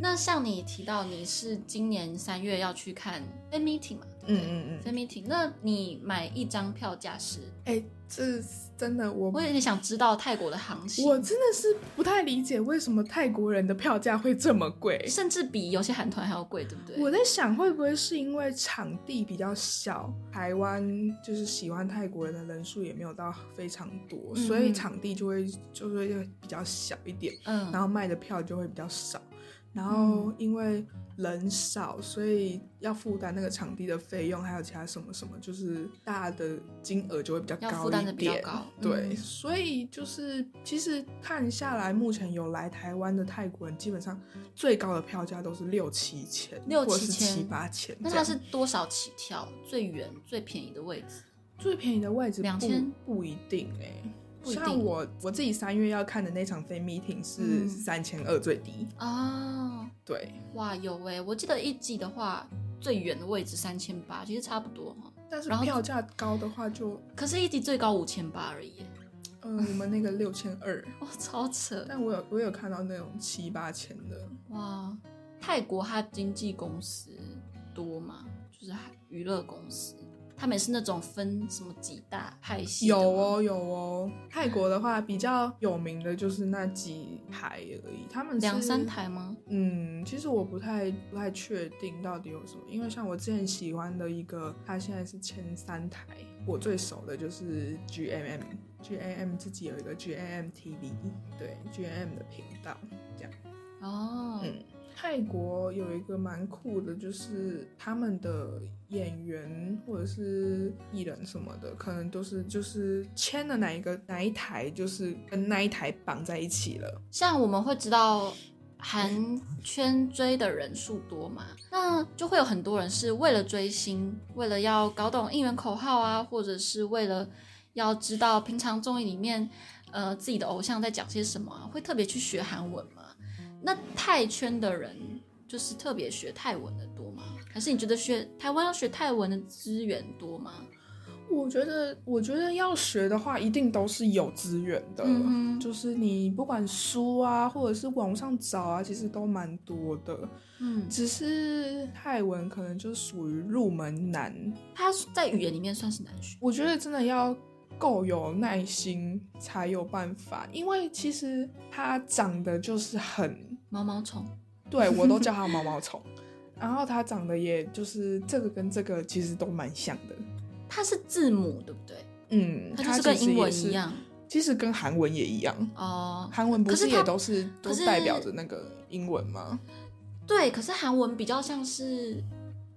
[SPEAKER 1] 那像你提到你是今年三月要去看 fan meeting 嘛，对不
[SPEAKER 2] 嗯
[SPEAKER 1] 对
[SPEAKER 2] 嗯嗯，
[SPEAKER 1] fan meeting，那你买一张票价是？
[SPEAKER 2] 哎、这是真的我
[SPEAKER 1] 我有点想知道泰国的行情，
[SPEAKER 2] 我真的是不太理解为什么泰国人的票价会这么贵。
[SPEAKER 1] 甚至比有些韩团还要贵，对不对？
[SPEAKER 2] 我在想，会不会是因为场地比较小，台湾就是喜欢泰国人的人数也没有到非常多，
[SPEAKER 1] 嗯
[SPEAKER 2] 所以场地就会就是会比较小一点，
[SPEAKER 1] 嗯，
[SPEAKER 2] 然后卖的票就会比较少。然后因为人少，所以要负担那个场地的费用，还有其他什么什么，就是大的金额就会比较
[SPEAKER 1] 要
[SPEAKER 2] 高
[SPEAKER 1] 负担
[SPEAKER 2] 一
[SPEAKER 1] 的比较
[SPEAKER 2] 点。
[SPEAKER 1] 高，
[SPEAKER 2] 对，
[SPEAKER 1] 嗯
[SPEAKER 2] 所以就是其实看下来，目前有来台湾的泰国人，基本上最高的票价都是六七千，
[SPEAKER 1] 六
[SPEAKER 2] 或者是
[SPEAKER 1] 七千
[SPEAKER 2] 七八千这
[SPEAKER 1] 那
[SPEAKER 2] 样。
[SPEAKER 1] 它是多少起跳？最远最便宜的位置？
[SPEAKER 2] 最便宜的位置不，
[SPEAKER 1] 2000
[SPEAKER 2] 不一定哎、
[SPEAKER 1] 不一定
[SPEAKER 2] 像我我自己三月要看的那场飞 meeting 是
[SPEAKER 1] 嗯
[SPEAKER 2] 三千二最低，
[SPEAKER 1] 哦，
[SPEAKER 2] 对，
[SPEAKER 1] 哇，有诶、我记得一季的话，最远的位置三千八，其实差不多哈。
[SPEAKER 2] 但是
[SPEAKER 1] 然后
[SPEAKER 2] 票价高的话就，
[SPEAKER 1] 可是，一季最高五千八而已耶，
[SPEAKER 2] 嗯，我们那个六千二，
[SPEAKER 1] 哇、 *laughs* 超扯
[SPEAKER 2] 但我有我有看到那种七八千的，
[SPEAKER 1] 哇！泰国它经纪公司多吗？就是娱乐公司，他们也是那种分什么几大派系？
[SPEAKER 2] 有，哦，有哦。泰国的
[SPEAKER 1] 嗯
[SPEAKER 2] 话，比较有名的就是那几台而已，他们是
[SPEAKER 1] 两三。台吗？
[SPEAKER 2] 嗯，其实我不太不太确定到底有什么，因为像我之前喜欢的一个，他现在是前三台，我最熟的就是 GMM。GAM 自己有一个 GAM TV，对 GAM 的频道。
[SPEAKER 1] 哦，
[SPEAKER 2] 嗯泰国有一个蛮酷的，就是他们的演员或者是艺人什么的，可能都是就是签了哪一个哪一台，就是跟那一台绑在一起了。
[SPEAKER 1] 像我们会知道韩圈追的人数多嘛，那就会有很多人是为了追星，为了要搞懂应援口号啊，或者是为了要知道平常综艺里面呃自己的偶像在讲些什么、啊，会特别去学韩文嘛。那泰圈的人就是特别学泰文的多吗？还是你觉得学台湾要学泰文的资源多吗？
[SPEAKER 2] 我觉得，我觉得要学的话，一定都是有资源的，
[SPEAKER 1] 嗯哼
[SPEAKER 2] 啊就是你不管书啊，或者是网上找啊，其实都蛮多的。
[SPEAKER 1] 嗯，
[SPEAKER 2] 只是泰文可能就属于入门难，
[SPEAKER 1] 它在语言里面算是难学。
[SPEAKER 2] 我觉得真的要够有耐心才有办法，因为其实它长得就是很，
[SPEAKER 1] 毛毛虫，
[SPEAKER 2] 对我都叫它毛毛虫， *laughs* 然后它长得也就是这个跟这个其实都蛮像的，
[SPEAKER 1] 它是字母对不对？
[SPEAKER 2] 嗯，
[SPEAKER 1] 它就是
[SPEAKER 2] 其
[SPEAKER 1] 跟
[SPEAKER 2] 实
[SPEAKER 1] 英文
[SPEAKER 2] 也是
[SPEAKER 1] 一，样
[SPEAKER 2] 其实跟韩文也一样，
[SPEAKER 1] 哦。
[SPEAKER 2] 韩文不
[SPEAKER 1] 可是
[SPEAKER 2] 也
[SPEAKER 1] 它
[SPEAKER 2] 都是
[SPEAKER 1] 可
[SPEAKER 2] 都
[SPEAKER 1] 是
[SPEAKER 2] 代表着那个英文吗？
[SPEAKER 1] 对，可是韩文比较像是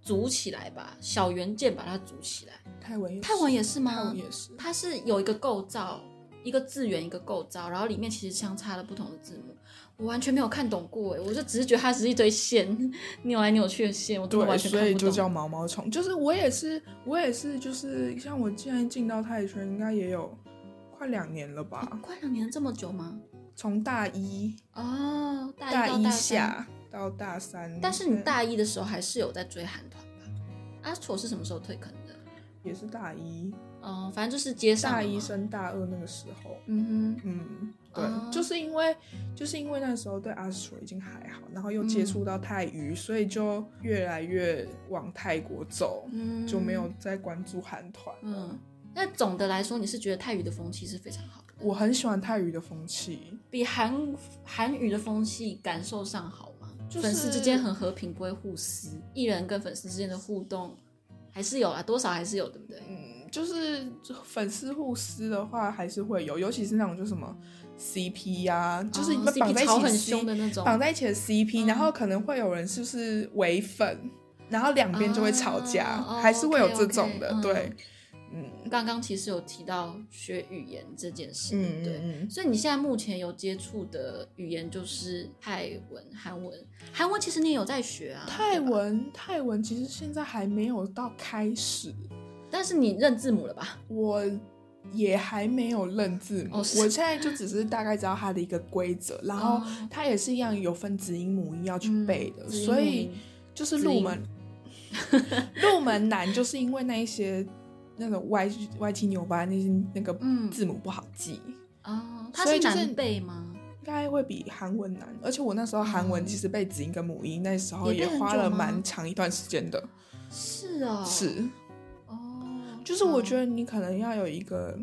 [SPEAKER 1] 组起来吧，小元件把它组起来。
[SPEAKER 2] 泰文也
[SPEAKER 1] 泰文也是
[SPEAKER 2] 是泰
[SPEAKER 1] 吗
[SPEAKER 2] 文？也是，
[SPEAKER 1] 它是有一个构造，一个字元一个构造，然后里面其实相差了不同的字母。我完全没有看懂过哎，我就只是觉得它只是一堆线扭来扭去的线，我真的
[SPEAKER 2] 对，
[SPEAKER 1] 完全看
[SPEAKER 2] 所
[SPEAKER 1] 不懂。
[SPEAKER 2] 以就叫毛毛虫。就是我也是，我也是，就是像我现在进到泰拳，应该也有快两年了吧。
[SPEAKER 1] *laughs* 快两年了这么久吗？
[SPEAKER 2] 从大一
[SPEAKER 1] 哦，大一到
[SPEAKER 2] 一
[SPEAKER 1] 三
[SPEAKER 2] 下嗯到大三，
[SPEAKER 1] 但是你
[SPEAKER 2] 对
[SPEAKER 1] 大一的时候还是有在追韩团吧？阿楚是什么时候退坑的？
[SPEAKER 2] 也是大一，
[SPEAKER 1] 嗯，反正就是接上
[SPEAKER 2] 大
[SPEAKER 1] 了
[SPEAKER 2] 一
[SPEAKER 1] 嘛
[SPEAKER 2] 升大二那个时候，
[SPEAKER 1] 嗯哼，
[SPEAKER 2] 嗯，对，
[SPEAKER 1] 哦
[SPEAKER 2] 就是因为就是因为那时候对阿水已经还好，然后又接
[SPEAKER 1] 嗯
[SPEAKER 2] 触到泰语，所以就越来越往泰国走，
[SPEAKER 1] 嗯，
[SPEAKER 2] 就没有再关注韩团了。
[SPEAKER 1] 嗯，那总的来说，你是觉得泰语的风气是非常好的，
[SPEAKER 2] 我很喜欢泰语的风气，
[SPEAKER 1] 比韩韩语的风气感受上好吗？
[SPEAKER 2] 就是
[SPEAKER 1] 粉丝之间很和平，不会互撕，艺人跟粉丝之间的互动还是有啊，多少还是有，对不对？
[SPEAKER 2] 嗯，就是粉丝互撕的话还是会有，尤其是那种就什么 CP 呀、就是
[SPEAKER 1] 哦
[SPEAKER 2] 那绑
[SPEAKER 1] CP
[SPEAKER 2] 在一
[SPEAKER 1] 吵
[SPEAKER 2] 起
[SPEAKER 1] 很
[SPEAKER 2] C-
[SPEAKER 1] 凶的那种
[SPEAKER 2] 绑在一起的 CP，、
[SPEAKER 1] 嗯
[SPEAKER 2] 然后可能会有人是不是唯粉，然后两边就会吵架，
[SPEAKER 1] 哦哦
[SPEAKER 2] 还是会有这
[SPEAKER 1] OK，OK，
[SPEAKER 2] 种的，
[SPEAKER 1] 嗯
[SPEAKER 2] 对。嗯
[SPEAKER 1] 刚刚其实有提到学语言这件事，
[SPEAKER 2] 嗯，
[SPEAKER 1] 对。
[SPEAKER 2] 嗯，
[SPEAKER 1] 所以你现在目前有接触的语言就是泰文、韩文。韩文其实你也有在学啊，
[SPEAKER 2] 泰
[SPEAKER 1] 对吧，
[SPEAKER 2] 文泰文其实现在还没有到开始，
[SPEAKER 1] 但是你认字母了吧？
[SPEAKER 2] 我也还没有认字母，
[SPEAKER 1] 哦
[SPEAKER 2] 我
[SPEAKER 1] 是
[SPEAKER 2] 现在就只是大概知道它的一个规则，然后
[SPEAKER 1] 哦
[SPEAKER 2] 它也是一样有分子音母音要去
[SPEAKER 1] 嗯
[SPEAKER 2] 背的，
[SPEAKER 1] 子音
[SPEAKER 2] 所
[SPEAKER 1] 母
[SPEAKER 2] 以
[SPEAKER 1] 音
[SPEAKER 2] 就是
[SPEAKER 1] 子
[SPEAKER 2] 入
[SPEAKER 1] 音
[SPEAKER 2] 门 *laughs* 入门难，就是因为那一些那种歪歪七扭八那些那个
[SPEAKER 1] 嗯
[SPEAKER 2] 字母不好记。
[SPEAKER 1] 哦，它
[SPEAKER 2] 所
[SPEAKER 1] 是
[SPEAKER 2] 以就是
[SPEAKER 1] 难背吗？
[SPEAKER 2] 应该会比韩文难，而且我那时候韩文其实背子音跟母音，那时候
[SPEAKER 1] 嗯也背很
[SPEAKER 2] 花
[SPEAKER 1] 久
[SPEAKER 2] 了
[SPEAKER 1] 吗
[SPEAKER 2] 蛮长一段时间的。
[SPEAKER 1] 是哦，
[SPEAKER 2] 是，
[SPEAKER 1] 哦，
[SPEAKER 2] 就是我觉
[SPEAKER 1] 得
[SPEAKER 2] 得你可能要有一个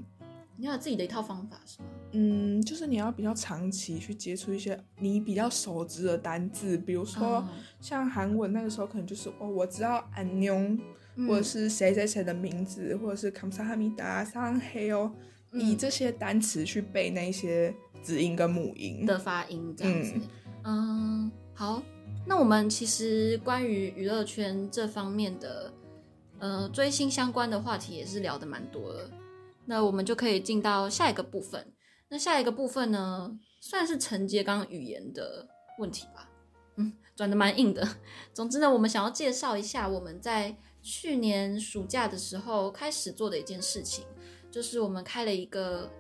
[SPEAKER 1] 你要有自己的一套方法是吗？
[SPEAKER 2] 嗯，就是你要比较长期去接触一些你比较熟知的单字，比如说、
[SPEAKER 1] 嗯
[SPEAKER 2] 像韩文那个时候可能就是哦，我知道安妞，或者
[SPEAKER 1] 嗯
[SPEAKER 2] 是谁谁谁的名字，或者是康萨哈米达、桑黑哦，以
[SPEAKER 1] 嗯
[SPEAKER 2] 这些单词去背那一些子音跟母音。
[SPEAKER 1] 的发音这样子。嗯好，那我们其实关于娱乐圈这方面的，呃，追星相关的话题也是聊的蛮多了。那我们就可以进到下一个部分。那下一个部分呢，算是承接刚刚语言的问题吧。嗯，转的蛮硬的。总之呢，我们想要介绍一下我们在去年暑假的时候开始做的一件事情，就是我们开了一个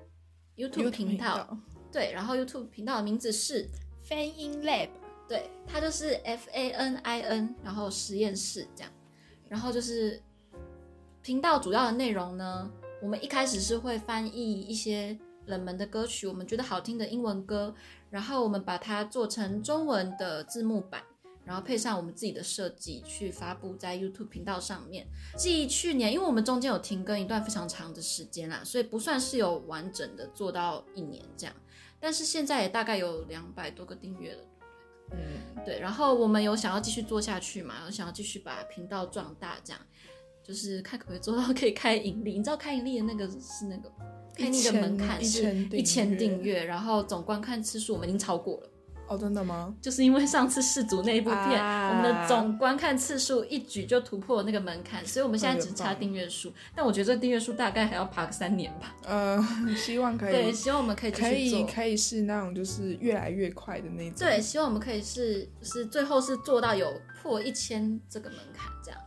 [SPEAKER 1] YouTube 频道，对，然后 YouTube 频道的名字是
[SPEAKER 3] Fan in Lab，
[SPEAKER 1] 对，它就是 F A N I N，然后实验室这样，然后就是频道主要的内容呢，我们一开始是会翻译一些冷门的歌曲，我们觉得好听的英文歌，然后我们把它做成中文的字幕版。然后配上我们自己的设计去发布在 YouTube 频道上面。继去年，因为我们中间有停更一段非常长的时间啦，所以不算是有完整的做到一年这样。但是现在也大概有两百多个订阅了，
[SPEAKER 2] 嗯，
[SPEAKER 1] 对，然后我们有想要继续做下去嘛，有想要继续把频道壮大，这样就是看可不可以做到可以开盈利。你知道开盈利的那个是那个开那个门槛
[SPEAKER 2] 一
[SPEAKER 1] 是
[SPEAKER 2] 千
[SPEAKER 1] 一千订
[SPEAKER 2] 订阅
[SPEAKER 1] 阅，然后总观看次数我们已经超过了，
[SPEAKER 2] 哦，真的吗？
[SPEAKER 1] 就是因为上次世足那一部片，
[SPEAKER 2] 啊
[SPEAKER 1] 我们的总观看次数一举就突破了那个门槛，所以我们现在只
[SPEAKER 2] 特别
[SPEAKER 1] 差
[SPEAKER 2] 棒
[SPEAKER 1] 订阅数，但我觉得这订阅数大概还要爬个三年吧。
[SPEAKER 2] 呃， *laughs* 希望可
[SPEAKER 1] 对，
[SPEAKER 2] 以，
[SPEAKER 1] 希望我们可以继
[SPEAKER 2] 可
[SPEAKER 1] 续
[SPEAKER 2] 以，
[SPEAKER 1] 做。
[SPEAKER 2] 可以是那种就是越来越快的那种。
[SPEAKER 1] 对，，希望我们可以是就是最后是做到有破一千这个门槛这样，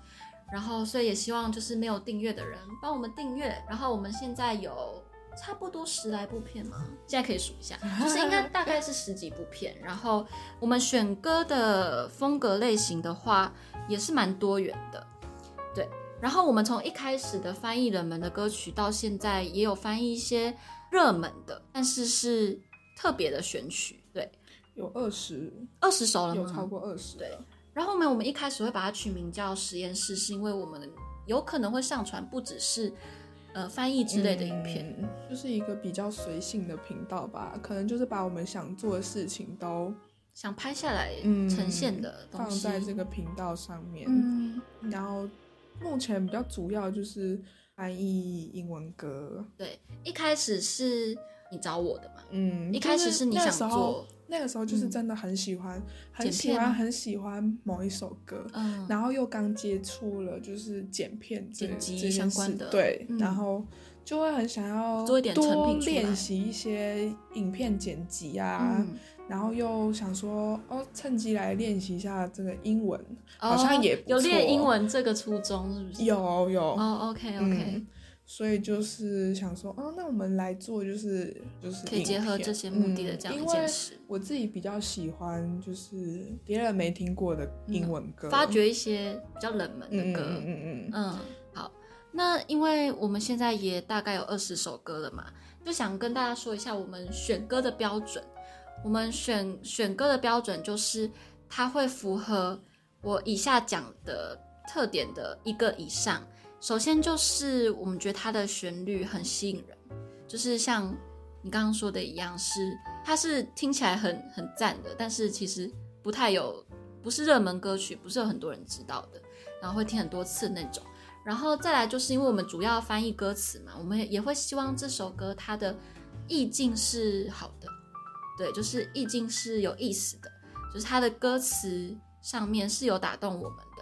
[SPEAKER 1] 然后所以也希望就是没有订阅的人帮我们订阅，然后我们现在有差不多十来部片嘛，现在可以数一下，就是应该大概是十几部片，然后我们选歌的风格类型的话也是蛮多元的，对，然后我们从一开始的翻译冷门的歌曲到现在也有翻译一些热门的，但是是特别的选曲，对。
[SPEAKER 2] 有二十，
[SPEAKER 1] 二十首了吗？
[SPEAKER 2] 有超过二十。
[SPEAKER 1] 嗯对，然后呢，我们一开始会把它取名叫实验室，是因为我们有可能会上传不只是呃翻译之类的影片。
[SPEAKER 2] 嗯就是一个比较随性的频道吧，可能就是把我们想做的事情都
[SPEAKER 1] 想拍下来
[SPEAKER 2] 嗯
[SPEAKER 1] 呈现的东
[SPEAKER 2] 放
[SPEAKER 1] 西。
[SPEAKER 2] 在这个频道上面。
[SPEAKER 1] 嗯，
[SPEAKER 2] 然后目前比较主要就是翻译英文歌，
[SPEAKER 1] 对，一开始是你找我的嘛，
[SPEAKER 2] 嗯，
[SPEAKER 1] 一开始
[SPEAKER 2] 就是
[SPEAKER 1] 你想
[SPEAKER 2] 那时候
[SPEAKER 1] 做，
[SPEAKER 2] 那个时候就是
[SPEAKER 1] 嗯
[SPEAKER 2] 真的很喜欢，很
[SPEAKER 1] 剪
[SPEAKER 2] 喜
[SPEAKER 1] 片
[SPEAKER 2] 欢，
[SPEAKER 1] 吗
[SPEAKER 2] 很喜欢某一首歌，
[SPEAKER 1] 嗯，
[SPEAKER 2] 然后又刚接触了就是剪片这
[SPEAKER 1] 剪辑
[SPEAKER 2] 这件
[SPEAKER 1] 相关
[SPEAKER 2] 事
[SPEAKER 1] 的
[SPEAKER 2] 对，
[SPEAKER 1] 嗯
[SPEAKER 2] 然后就会很想要
[SPEAKER 1] 做一点成
[SPEAKER 2] 多
[SPEAKER 1] 品出来
[SPEAKER 2] 练习一些影片剪辑啊，
[SPEAKER 1] 嗯
[SPEAKER 2] 然后又想说哦，趁机来练习一下这个英文，好
[SPEAKER 1] 哦
[SPEAKER 2] 像也不
[SPEAKER 1] 有
[SPEAKER 2] 错
[SPEAKER 1] 练英文这个初衷是不是？
[SPEAKER 2] 有有
[SPEAKER 1] 哦，OK OK，
[SPEAKER 2] 嗯，所以就是想说，哦，那我们来做就是就是
[SPEAKER 1] 可以结合这些目的的这样一
[SPEAKER 2] 一
[SPEAKER 1] 件。事
[SPEAKER 2] 嗯因为，我自己比较喜欢就是别人没听过的英文歌，
[SPEAKER 1] 嗯发掘一些比较冷门的
[SPEAKER 2] 嗯
[SPEAKER 1] 歌。
[SPEAKER 2] 嗯嗯嗯嗯，
[SPEAKER 1] 嗯，好，那因为我们现在也大概有二十首歌了嘛，就想跟大家说一下我们选歌的标准。我们选选歌的标准就是它会符合我以下讲的特点的一个以上。首先就是我们觉得它的旋律很吸引人，就是像你刚刚说的一样是，它是听起来很很赞的，但是其实不太有，不是热门歌曲，不是有很多人知道的，然后会听很多次那种。然后再来就是因为我们主要翻译歌词嘛，我们也也会希望这首歌它的意境是好的，对，就是意境是有意思的，就是它的歌词上面是有打动我们的。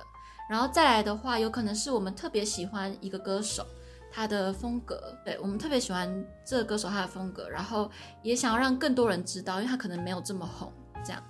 [SPEAKER 1] 然后再来的话，有可能是我们特别喜欢一个歌手，他的风格，对我们特别喜欢这个歌手他的风格，然后也想要让更多人知道，因为他可能没有这么红。这样，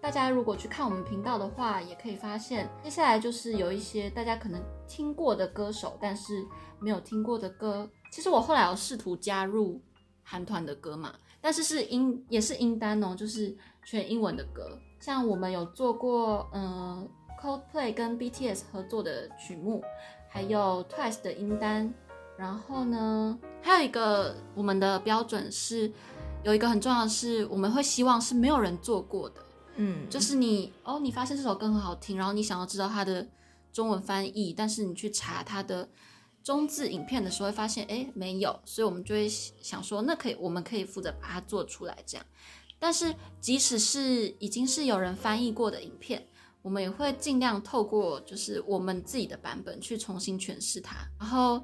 [SPEAKER 1] 大家如果去看我们频道的话，也可以发现，接下来就是有一些大家可能听过的歌手，但是没有听过的歌。其实我后来有试图加入韩团的歌嘛，但是是英也是英单哦，就是全英文的歌。像我们有做过，嗯、Coldplay 跟 BTS 合作的曲目，还有 Twice 的音单。然后呢，还有一个我们的标准是，有一个很重要的是，我们会希望是没有人做过的，
[SPEAKER 2] 嗯，
[SPEAKER 1] 就是你哦，你发现这首歌很好听，然后你想要知道它的中文翻译，但是你去查它的中字影片的时候，会发现哎没有，所以我们就会想说，那可以，我们可以负责把它做出来这样。但是即使是已经是有人翻译过的影片，我们也会尽量透过就是我们自己的版本去重新诠释它，然后。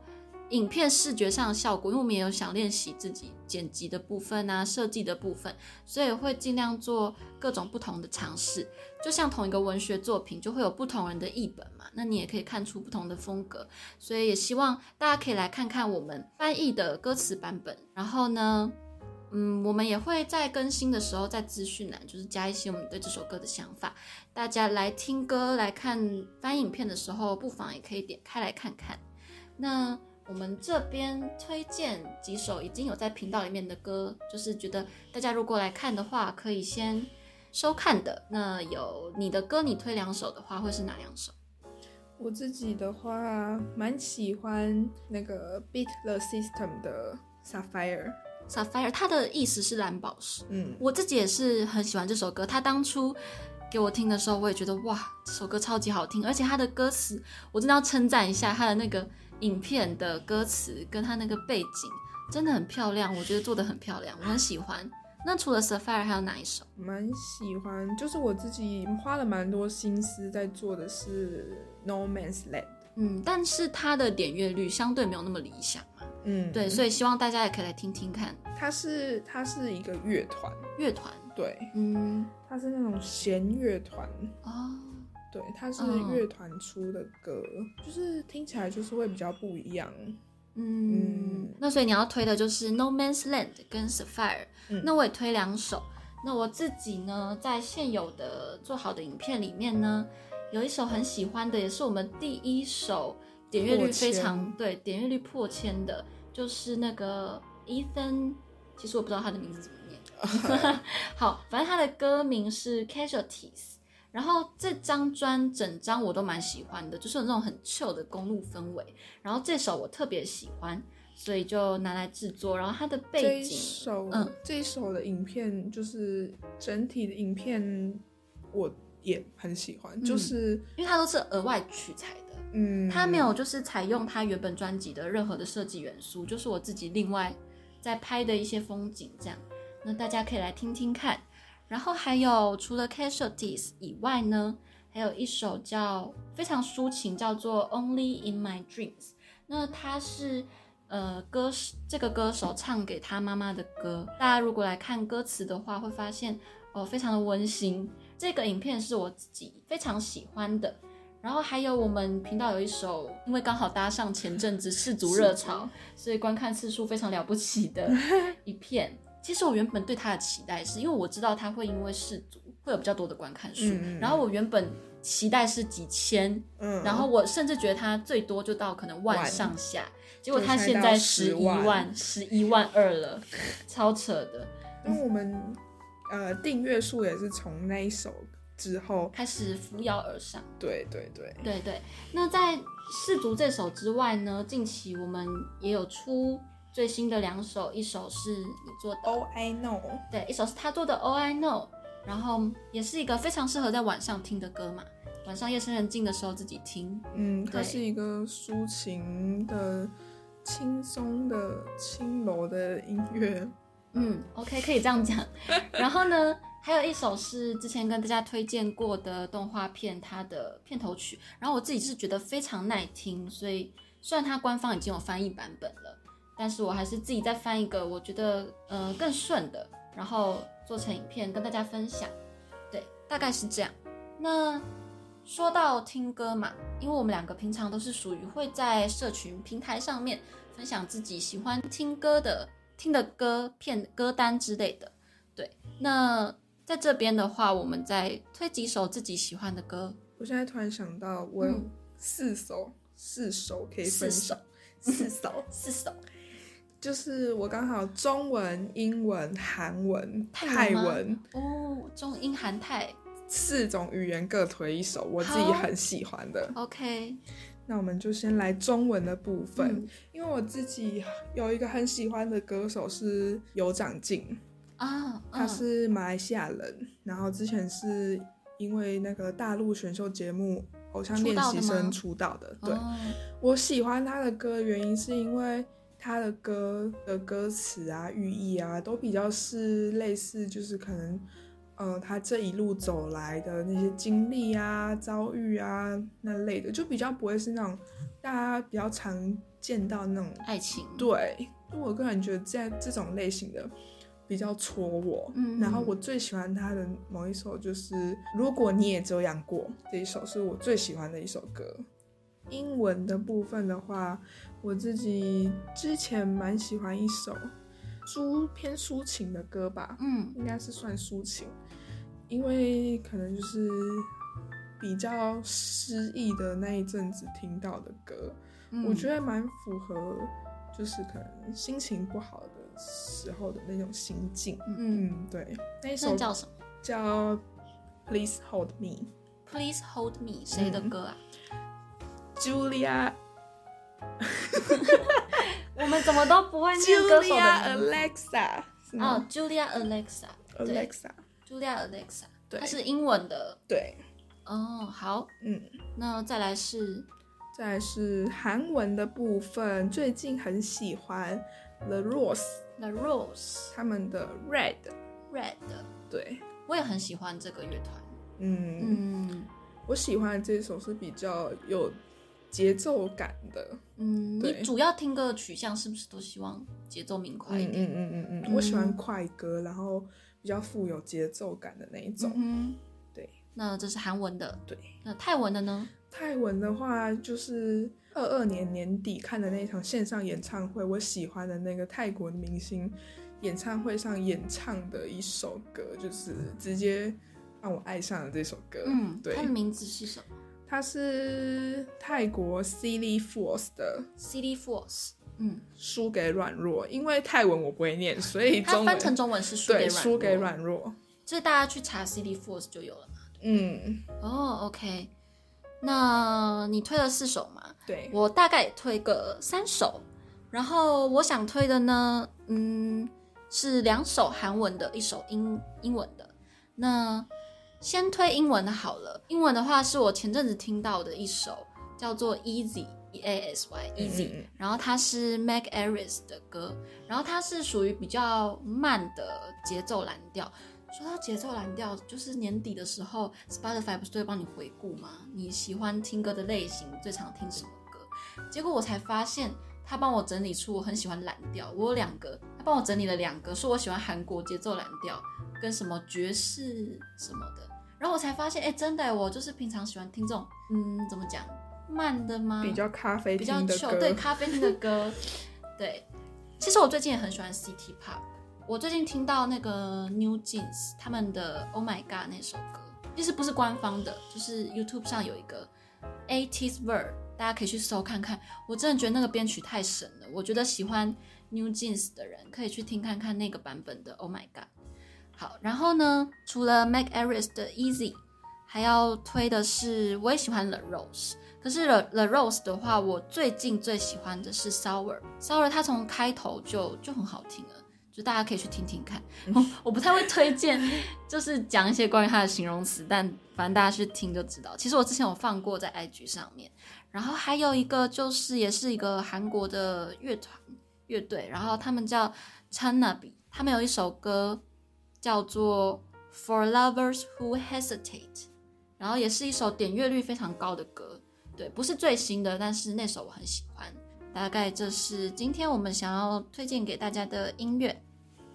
[SPEAKER 1] 影片视觉上的效果，因为我们也有想练习自己剪辑的部分啊、设计的部分，所以会尽量做各种不同的尝试。就像同一个文学作品，就会有不同人的译本嘛，那你也可以看出不同的风格。所以也希望大家可以来看看我们翻译的歌词版本。然后呢，嗯，我们也会在更新的时候，在资讯栏就是加一些我们对这首歌的想法。大家来听歌、来看翻译影片的时候，不妨也可以点开来看看。那我们这边推荐几首已经有在频道里面的歌，就是觉得大家如果来看的话，可以先收看的。那有你的歌，你推两首的话，会是哪两首？
[SPEAKER 2] 我自己的话，蛮喜欢那个 Beat the System 的 Sapphire，
[SPEAKER 1] Sapphire，它的意思是蓝宝石。
[SPEAKER 2] 嗯，
[SPEAKER 1] 我自己也是很喜欢这首歌，它当初给我听的时候，我也觉得哇，这首歌超级好听，而且它的歌词，我真的要称赞一下它的那个影片的歌词跟它那个背景真的很漂亮，我觉得做的很漂亮，我很喜欢。那除了 Sapphire 还有哪一首？
[SPEAKER 2] 蛮喜欢，就是我自己花了蛮多心思在做的是 No Man's Land，
[SPEAKER 1] 嗯，但是它的点阅率相对没有那么理想嘛。
[SPEAKER 2] 嗯，
[SPEAKER 1] 对，所
[SPEAKER 2] 以
[SPEAKER 1] 以希望大家也可以来听听看
[SPEAKER 2] 它是它是一个乐团，
[SPEAKER 1] 乐团。
[SPEAKER 2] 对，
[SPEAKER 1] 嗯，
[SPEAKER 2] 它是那种弦乐团，
[SPEAKER 1] 哦，
[SPEAKER 2] 对，它是
[SPEAKER 1] 嗯
[SPEAKER 2] 乐团出的歌，就是听起来就是会比较不一样，
[SPEAKER 1] 嗯
[SPEAKER 2] 嗯，
[SPEAKER 1] 那所以你要推的就是《No Man's Land》跟《Sapphire》，
[SPEAKER 2] 嗯
[SPEAKER 1] 那我也推两首。那我自己呢，在现有的做好的影片里面呢，有一首很喜欢的，也是我们第一首点阅率
[SPEAKER 2] 破千
[SPEAKER 1] 非常对点阅率破千的，就是那个 Ethan，其实我不知道他的名字怎么念。好，反正他的歌名是 Casualties。然后这张专整张我都蛮喜欢的，就是有那种很 chill 的公路氛围。然后这首我特别喜欢，所以就拿来制作。然后它的
[SPEAKER 2] 这
[SPEAKER 1] 背
[SPEAKER 2] 一
[SPEAKER 1] 景，
[SPEAKER 2] 首、
[SPEAKER 1] 嗯
[SPEAKER 2] 这一首的影片就是整体的影片，我也很喜欢，就
[SPEAKER 1] 嗯
[SPEAKER 2] 是
[SPEAKER 1] 因为它都是额外取材的，
[SPEAKER 2] 嗯，
[SPEAKER 1] 它没有就是采用它原本专辑的任何的设计元素，就是我自己另外在拍的一些风景这样。那大家可以来听听看。然后还有除了 Casualties 以外呢，还有一首叫非常抒情，叫做 Only in My Dreams。那它是呃歌手这个歌手唱给他妈妈的歌，大家如果来看歌词的话，会发现哦非常的温馨。这个影片是我自己非常喜欢的。然后还有我们频道有一首，因为刚好搭上前阵子世足热潮，所以观看次数非常了不起
[SPEAKER 2] *laughs*
[SPEAKER 1] 的一片。其实我原本对他的期待是，因为我知道他会因为世足会有比较多的观看数，
[SPEAKER 2] 嗯嗯嗯
[SPEAKER 1] 然后我原本期待是几千，
[SPEAKER 2] 嗯，
[SPEAKER 1] 然后我甚至觉得他最多就到可能万
[SPEAKER 2] 万
[SPEAKER 1] 上下，结果
[SPEAKER 2] 就
[SPEAKER 1] 他
[SPEAKER 2] 现
[SPEAKER 1] 现
[SPEAKER 2] 在
[SPEAKER 1] 在
[SPEAKER 2] 到
[SPEAKER 1] 十一
[SPEAKER 2] 10
[SPEAKER 1] 万、
[SPEAKER 2] 万
[SPEAKER 1] 十一万二了，超扯的。
[SPEAKER 2] 因为我们呃订阅数也是从那一首之后，
[SPEAKER 1] 开始扶摇而上，
[SPEAKER 2] 对对对，
[SPEAKER 1] 对对。那在世足这首之外呢，近期我们也有出最新的两首，一首是你做的
[SPEAKER 2] All Oh, I Know，
[SPEAKER 1] 对，一首是他做的《Oh I Know》，然后也是一个非常适合在晚上听的歌嘛，晚上夜深人静的时候自己听。
[SPEAKER 2] 嗯，它
[SPEAKER 1] 对
[SPEAKER 2] 是一个抒情的、轻松的、轻柔的音乐，
[SPEAKER 1] 嗯，OK，可以这样讲。然后呢，还有一首是之前跟大家推荐过的动画片，它的片头曲，然后我自己是觉得非常耐听，所以虽然它官方已经有翻译版本了，但是我还是自己再翻一个，我觉得呃更顺的，然后做成影片跟大家分享。对，大概是这样。那说到听歌嘛，因为我们两个平常都是属于会在社群平台上面分享自己喜欢听歌的听的歌片歌单之类的。对，那在这边的话，我们再推几首自己喜欢的歌。
[SPEAKER 2] 我现在突然想到，我有
[SPEAKER 1] 嗯
[SPEAKER 2] 四首、四首可以
[SPEAKER 1] 四
[SPEAKER 2] 分
[SPEAKER 1] 首
[SPEAKER 2] 享，四首，
[SPEAKER 1] 四首，
[SPEAKER 2] *laughs* 就是我刚好中文、英文、韩文、
[SPEAKER 1] 泰
[SPEAKER 2] 泰
[SPEAKER 1] 文吗
[SPEAKER 2] 文
[SPEAKER 1] 哦，中英韩泰
[SPEAKER 2] 四种语言各推一首，我自己
[SPEAKER 1] 好
[SPEAKER 2] 很喜欢的。
[SPEAKER 1] ，OK，
[SPEAKER 2] 那我们就先来中文的部分，
[SPEAKER 1] 嗯
[SPEAKER 2] 因为我自己有一个很喜欢的歌手是尤长靖，
[SPEAKER 1] 啊，
[SPEAKER 2] 他
[SPEAKER 1] 嗯
[SPEAKER 2] 是马来西亚人，然后之前是因为那个大陆选秀节目《偶像
[SPEAKER 1] 出
[SPEAKER 2] 练
[SPEAKER 1] 道
[SPEAKER 2] 习
[SPEAKER 1] 的吗
[SPEAKER 2] 生》出道的。对，
[SPEAKER 1] 哦
[SPEAKER 2] 我喜欢他的歌，原因是因为他的歌的歌词啊、寓意啊，都比较是类似，就是可能，呃，他这一路走来的那些经历啊、遭遇啊那类的，就比较不会是那种大家比较常见到那种。
[SPEAKER 1] 爱情，
[SPEAKER 2] 对，我个人觉得这这种类型的比较戳我。
[SPEAKER 1] 嗯
[SPEAKER 2] 然后我最喜欢他的某一首就是《如果你也这样过》这一首是我最喜欢的一首歌。英文的部分的话，我自己之前蛮喜欢一首抒偏抒情的歌吧，
[SPEAKER 1] 嗯
[SPEAKER 2] 应该是算抒情，因为可能就是比较失意的那一阵子听到的歌，
[SPEAKER 1] 嗯，
[SPEAKER 2] 我觉得蛮符合，就是可能心情不好的时候的那种心境。
[SPEAKER 1] 嗯，
[SPEAKER 2] 嗯，对，那一
[SPEAKER 1] 那
[SPEAKER 2] 首
[SPEAKER 1] 叫什么
[SPEAKER 2] 叫《Please Hold Me》
[SPEAKER 1] ？Please hold me，谁的
[SPEAKER 2] 嗯
[SPEAKER 1] 歌啊？
[SPEAKER 2] ，Julia
[SPEAKER 1] 我们怎么都不会念歌手的
[SPEAKER 2] Julia
[SPEAKER 1] 名字
[SPEAKER 2] Alexa 是
[SPEAKER 1] 哦
[SPEAKER 2] 吗
[SPEAKER 1] ，Julia Alexa，对
[SPEAKER 2] ？Alexa
[SPEAKER 1] ，Julia Alexa，
[SPEAKER 2] 对
[SPEAKER 1] 它是英文的。
[SPEAKER 2] 对，
[SPEAKER 1] 哦，好，
[SPEAKER 2] 嗯。
[SPEAKER 1] 那再来是
[SPEAKER 2] 再来是韩文的部分，最近很喜欢 The Rose
[SPEAKER 1] The Rose
[SPEAKER 2] 他们的 Red，
[SPEAKER 1] Red，
[SPEAKER 2] 对，
[SPEAKER 1] 我也很喜欢这个乐团。
[SPEAKER 2] 嗯
[SPEAKER 1] 嗯
[SPEAKER 2] 我喜欢的这首是比较有节奏感的，
[SPEAKER 1] 嗯，你
[SPEAKER 2] 对
[SPEAKER 1] 主要听歌的取向是不是都希望节奏明快一
[SPEAKER 2] 嗯
[SPEAKER 1] 点？
[SPEAKER 2] 嗯嗯嗯嗯，我喜欢
[SPEAKER 1] 嗯
[SPEAKER 2] 快歌，然后比较富有节奏感的那一种。
[SPEAKER 1] 嗯哼，
[SPEAKER 2] 对
[SPEAKER 1] 那这是韩文的，
[SPEAKER 2] 对。
[SPEAKER 1] 那泰文的呢？
[SPEAKER 2] 泰文的话，就是二二年年底看的那一场线上演唱会，我喜欢的那个泰国明星演唱会上演唱的一首歌，就是直接让我爱上了这首歌。
[SPEAKER 1] 嗯，
[SPEAKER 2] 对
[SPEAKER 1] 它的，名字是什么
[SPEAKER 2] 它是泰国 Silly Force 的。
[SPEAKER 1] ？City Force。嗯，
[SPEAKER 2] 输给软弱，因为泰文我不会念，所以
[SPEAKER 1] 它
[SPEAKER 2] 中
[SPEAKER 1] 翻成
[SPEAKER 2] 文
[SPEAKER 1] 中文是输给
[SPEAKER 2] 对
[SPEAKER 1] 软弱，
[SPEAKER 2] 输给软弱。
[SPEAKER 1] 所以大家去查 City Force 就有了。
[SPEAKER 2] 嗯，
[SPEAKER 1] 哦，OK，那你推了四首嘛？
[SPEAKER 2] 对，
[SPEAKER 1] 我大概推个三首，然后我想推的呢，嗯，是两首韩文的，一首英英文的。那先推英文的好了，英文的话是我前阵子听到的一首叫做 Easy E A S Y
[SPEAKER 2] 嗯
[SPEAKER 1] Easy，、
[SPEAKER 2] 嗯嗯
[SPEAKER 1] 然后它是 Mac Aris 的歌，然后它是属于比较慢的节奏蓝调。说到节奏蓝调，就是年底的时候，Spotify 不是都会帮你回顾吗？你喜欢听歌的类型，最常听什么歌？结果我才发现，他帮我整理出我很喜欢蓝调，我有两个，他帮我整理了两个，说我喜欢韩国节奏蓝调跟什么爵士什么的。然后我才发现，哎，真的耶，我就是平常喜欢听这种，嗯，怎么讲，慢的吗？
[SPEAKER 2] 比较咖啡
[SPEAKER 1] 比较
[SPEAKER 2] 厅的
[SPEAKER 1] chill，对
[SPEAKER 2] 歌，
[SPEAKER 1] 咖啡厅的歌， *laughs* 对。其实我最近也很喜欢 City Pop，我最近听到那个 New Jeans 他们的 Oh My God 那首歌，其实不是官方的，就是 YouTube 上有一个 80s Ver，大家可以去搜看看。我真的觉得那个编曲太神了，我觉得喜欢 New Jeans 的人可以去听看看那个版本的 Oh My God。好，然后呢，除了 Mac Aris 的 Easy，还要推的是我也喜欢 The Rose。可是 The The Rose 的话，我最近最喜欢的是 Sour。Sour 它从开头就就很好听了，就大家可以去听听看。我我不太会推荐， *laughs* 就是讲一些关于它的形容词，但反正大家去听就知道。其实我之前有放过在 IG 上面，然后还有一个就是也是一个韩国的乐团乐队，然后他们叫 Chanabi，他们有一首歌叫做 For Lovers Who Hesitate，然后也是一首点阅率非常高的歌。对，不是最新的，但是那首我很喜欢。大概这是今天我们想要推荐给大家的音乐。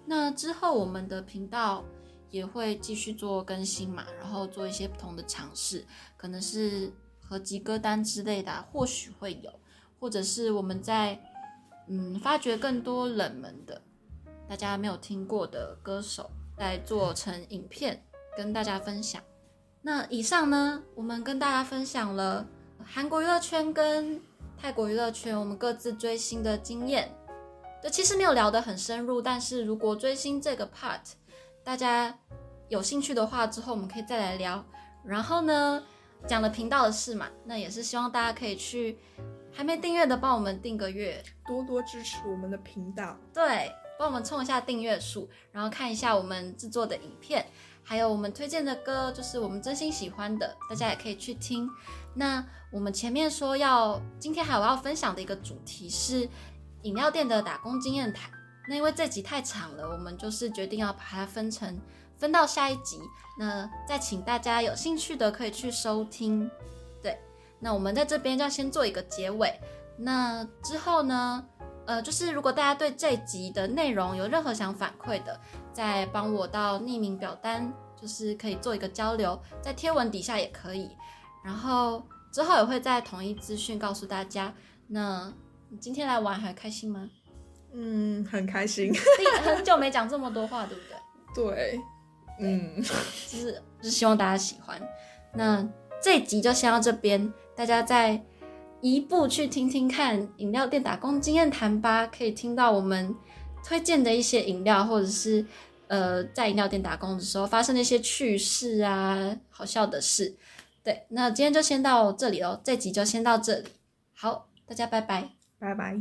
[SPEAKER 1] 那之后我们的频道也会继续做更新嘛，然后做一些不同的尝试，可能是合集歌单之类的啊、或许会有，或者是我们在嗯，发掘更多冷门的、大家没有听过的歌手，来做成影片跟大家分享。那以上呢，我们跟大家分享了韩国娱乐圈跟泰国娱乐圈我们各自追星的经验。对，其实没有聊得很深入，但是如果追星这个 part 大家有兴趣的话，之后我们可以再来聊。然后呢，讲了频道的事嘛，那也是希望大家可以去还没订阅的帮我们订个阅，
[SPEAKER 2] 多多支持我们的频道。
[SPEAKER 1] 对，帮我们冲一下订阅数，然后看一下我们制作的影片，还有我们推荐的歌，就是我们真心喜欢的，大家也可以去听。那我们前面说要今天还有要分享的一个主题是饮料店的打工经验谈，那因为这集太长了，我们就是决定要把它分成分到下一集。那再请大家有兴趣的可以去收听。对，那我们在这边要先做一个结尾。那之后呢，呃，就是如果大家对这集的内容有任何想反馈的，再帮我到匿名表单，就是可以做一个交流，在贴文底下也可以。然后之后也会在统一资讯告诉大家。那你今天来玩还开心吗？ *laughs*
[SPEAKER 2] 嗯，很开心。 *laughs*
[SPEAKER 1] 毕很久没讲这么多话，对不对？
[SPEAKER 2] 对，嗯，
[SPEAKER 1] 就是就是希望大家喜欢。那这一集就先到这边，大家再一步去听听看饮料店打工经验谈吧，可以听到我们推荐的一些饮料，或者是呃在饮料店打工的时候发生的一些趣事啊，好笑的事。对，那今天就先到这里哦，这集就先到这里，好，大家拜拜。
[SPEAKER 2] 拜拜。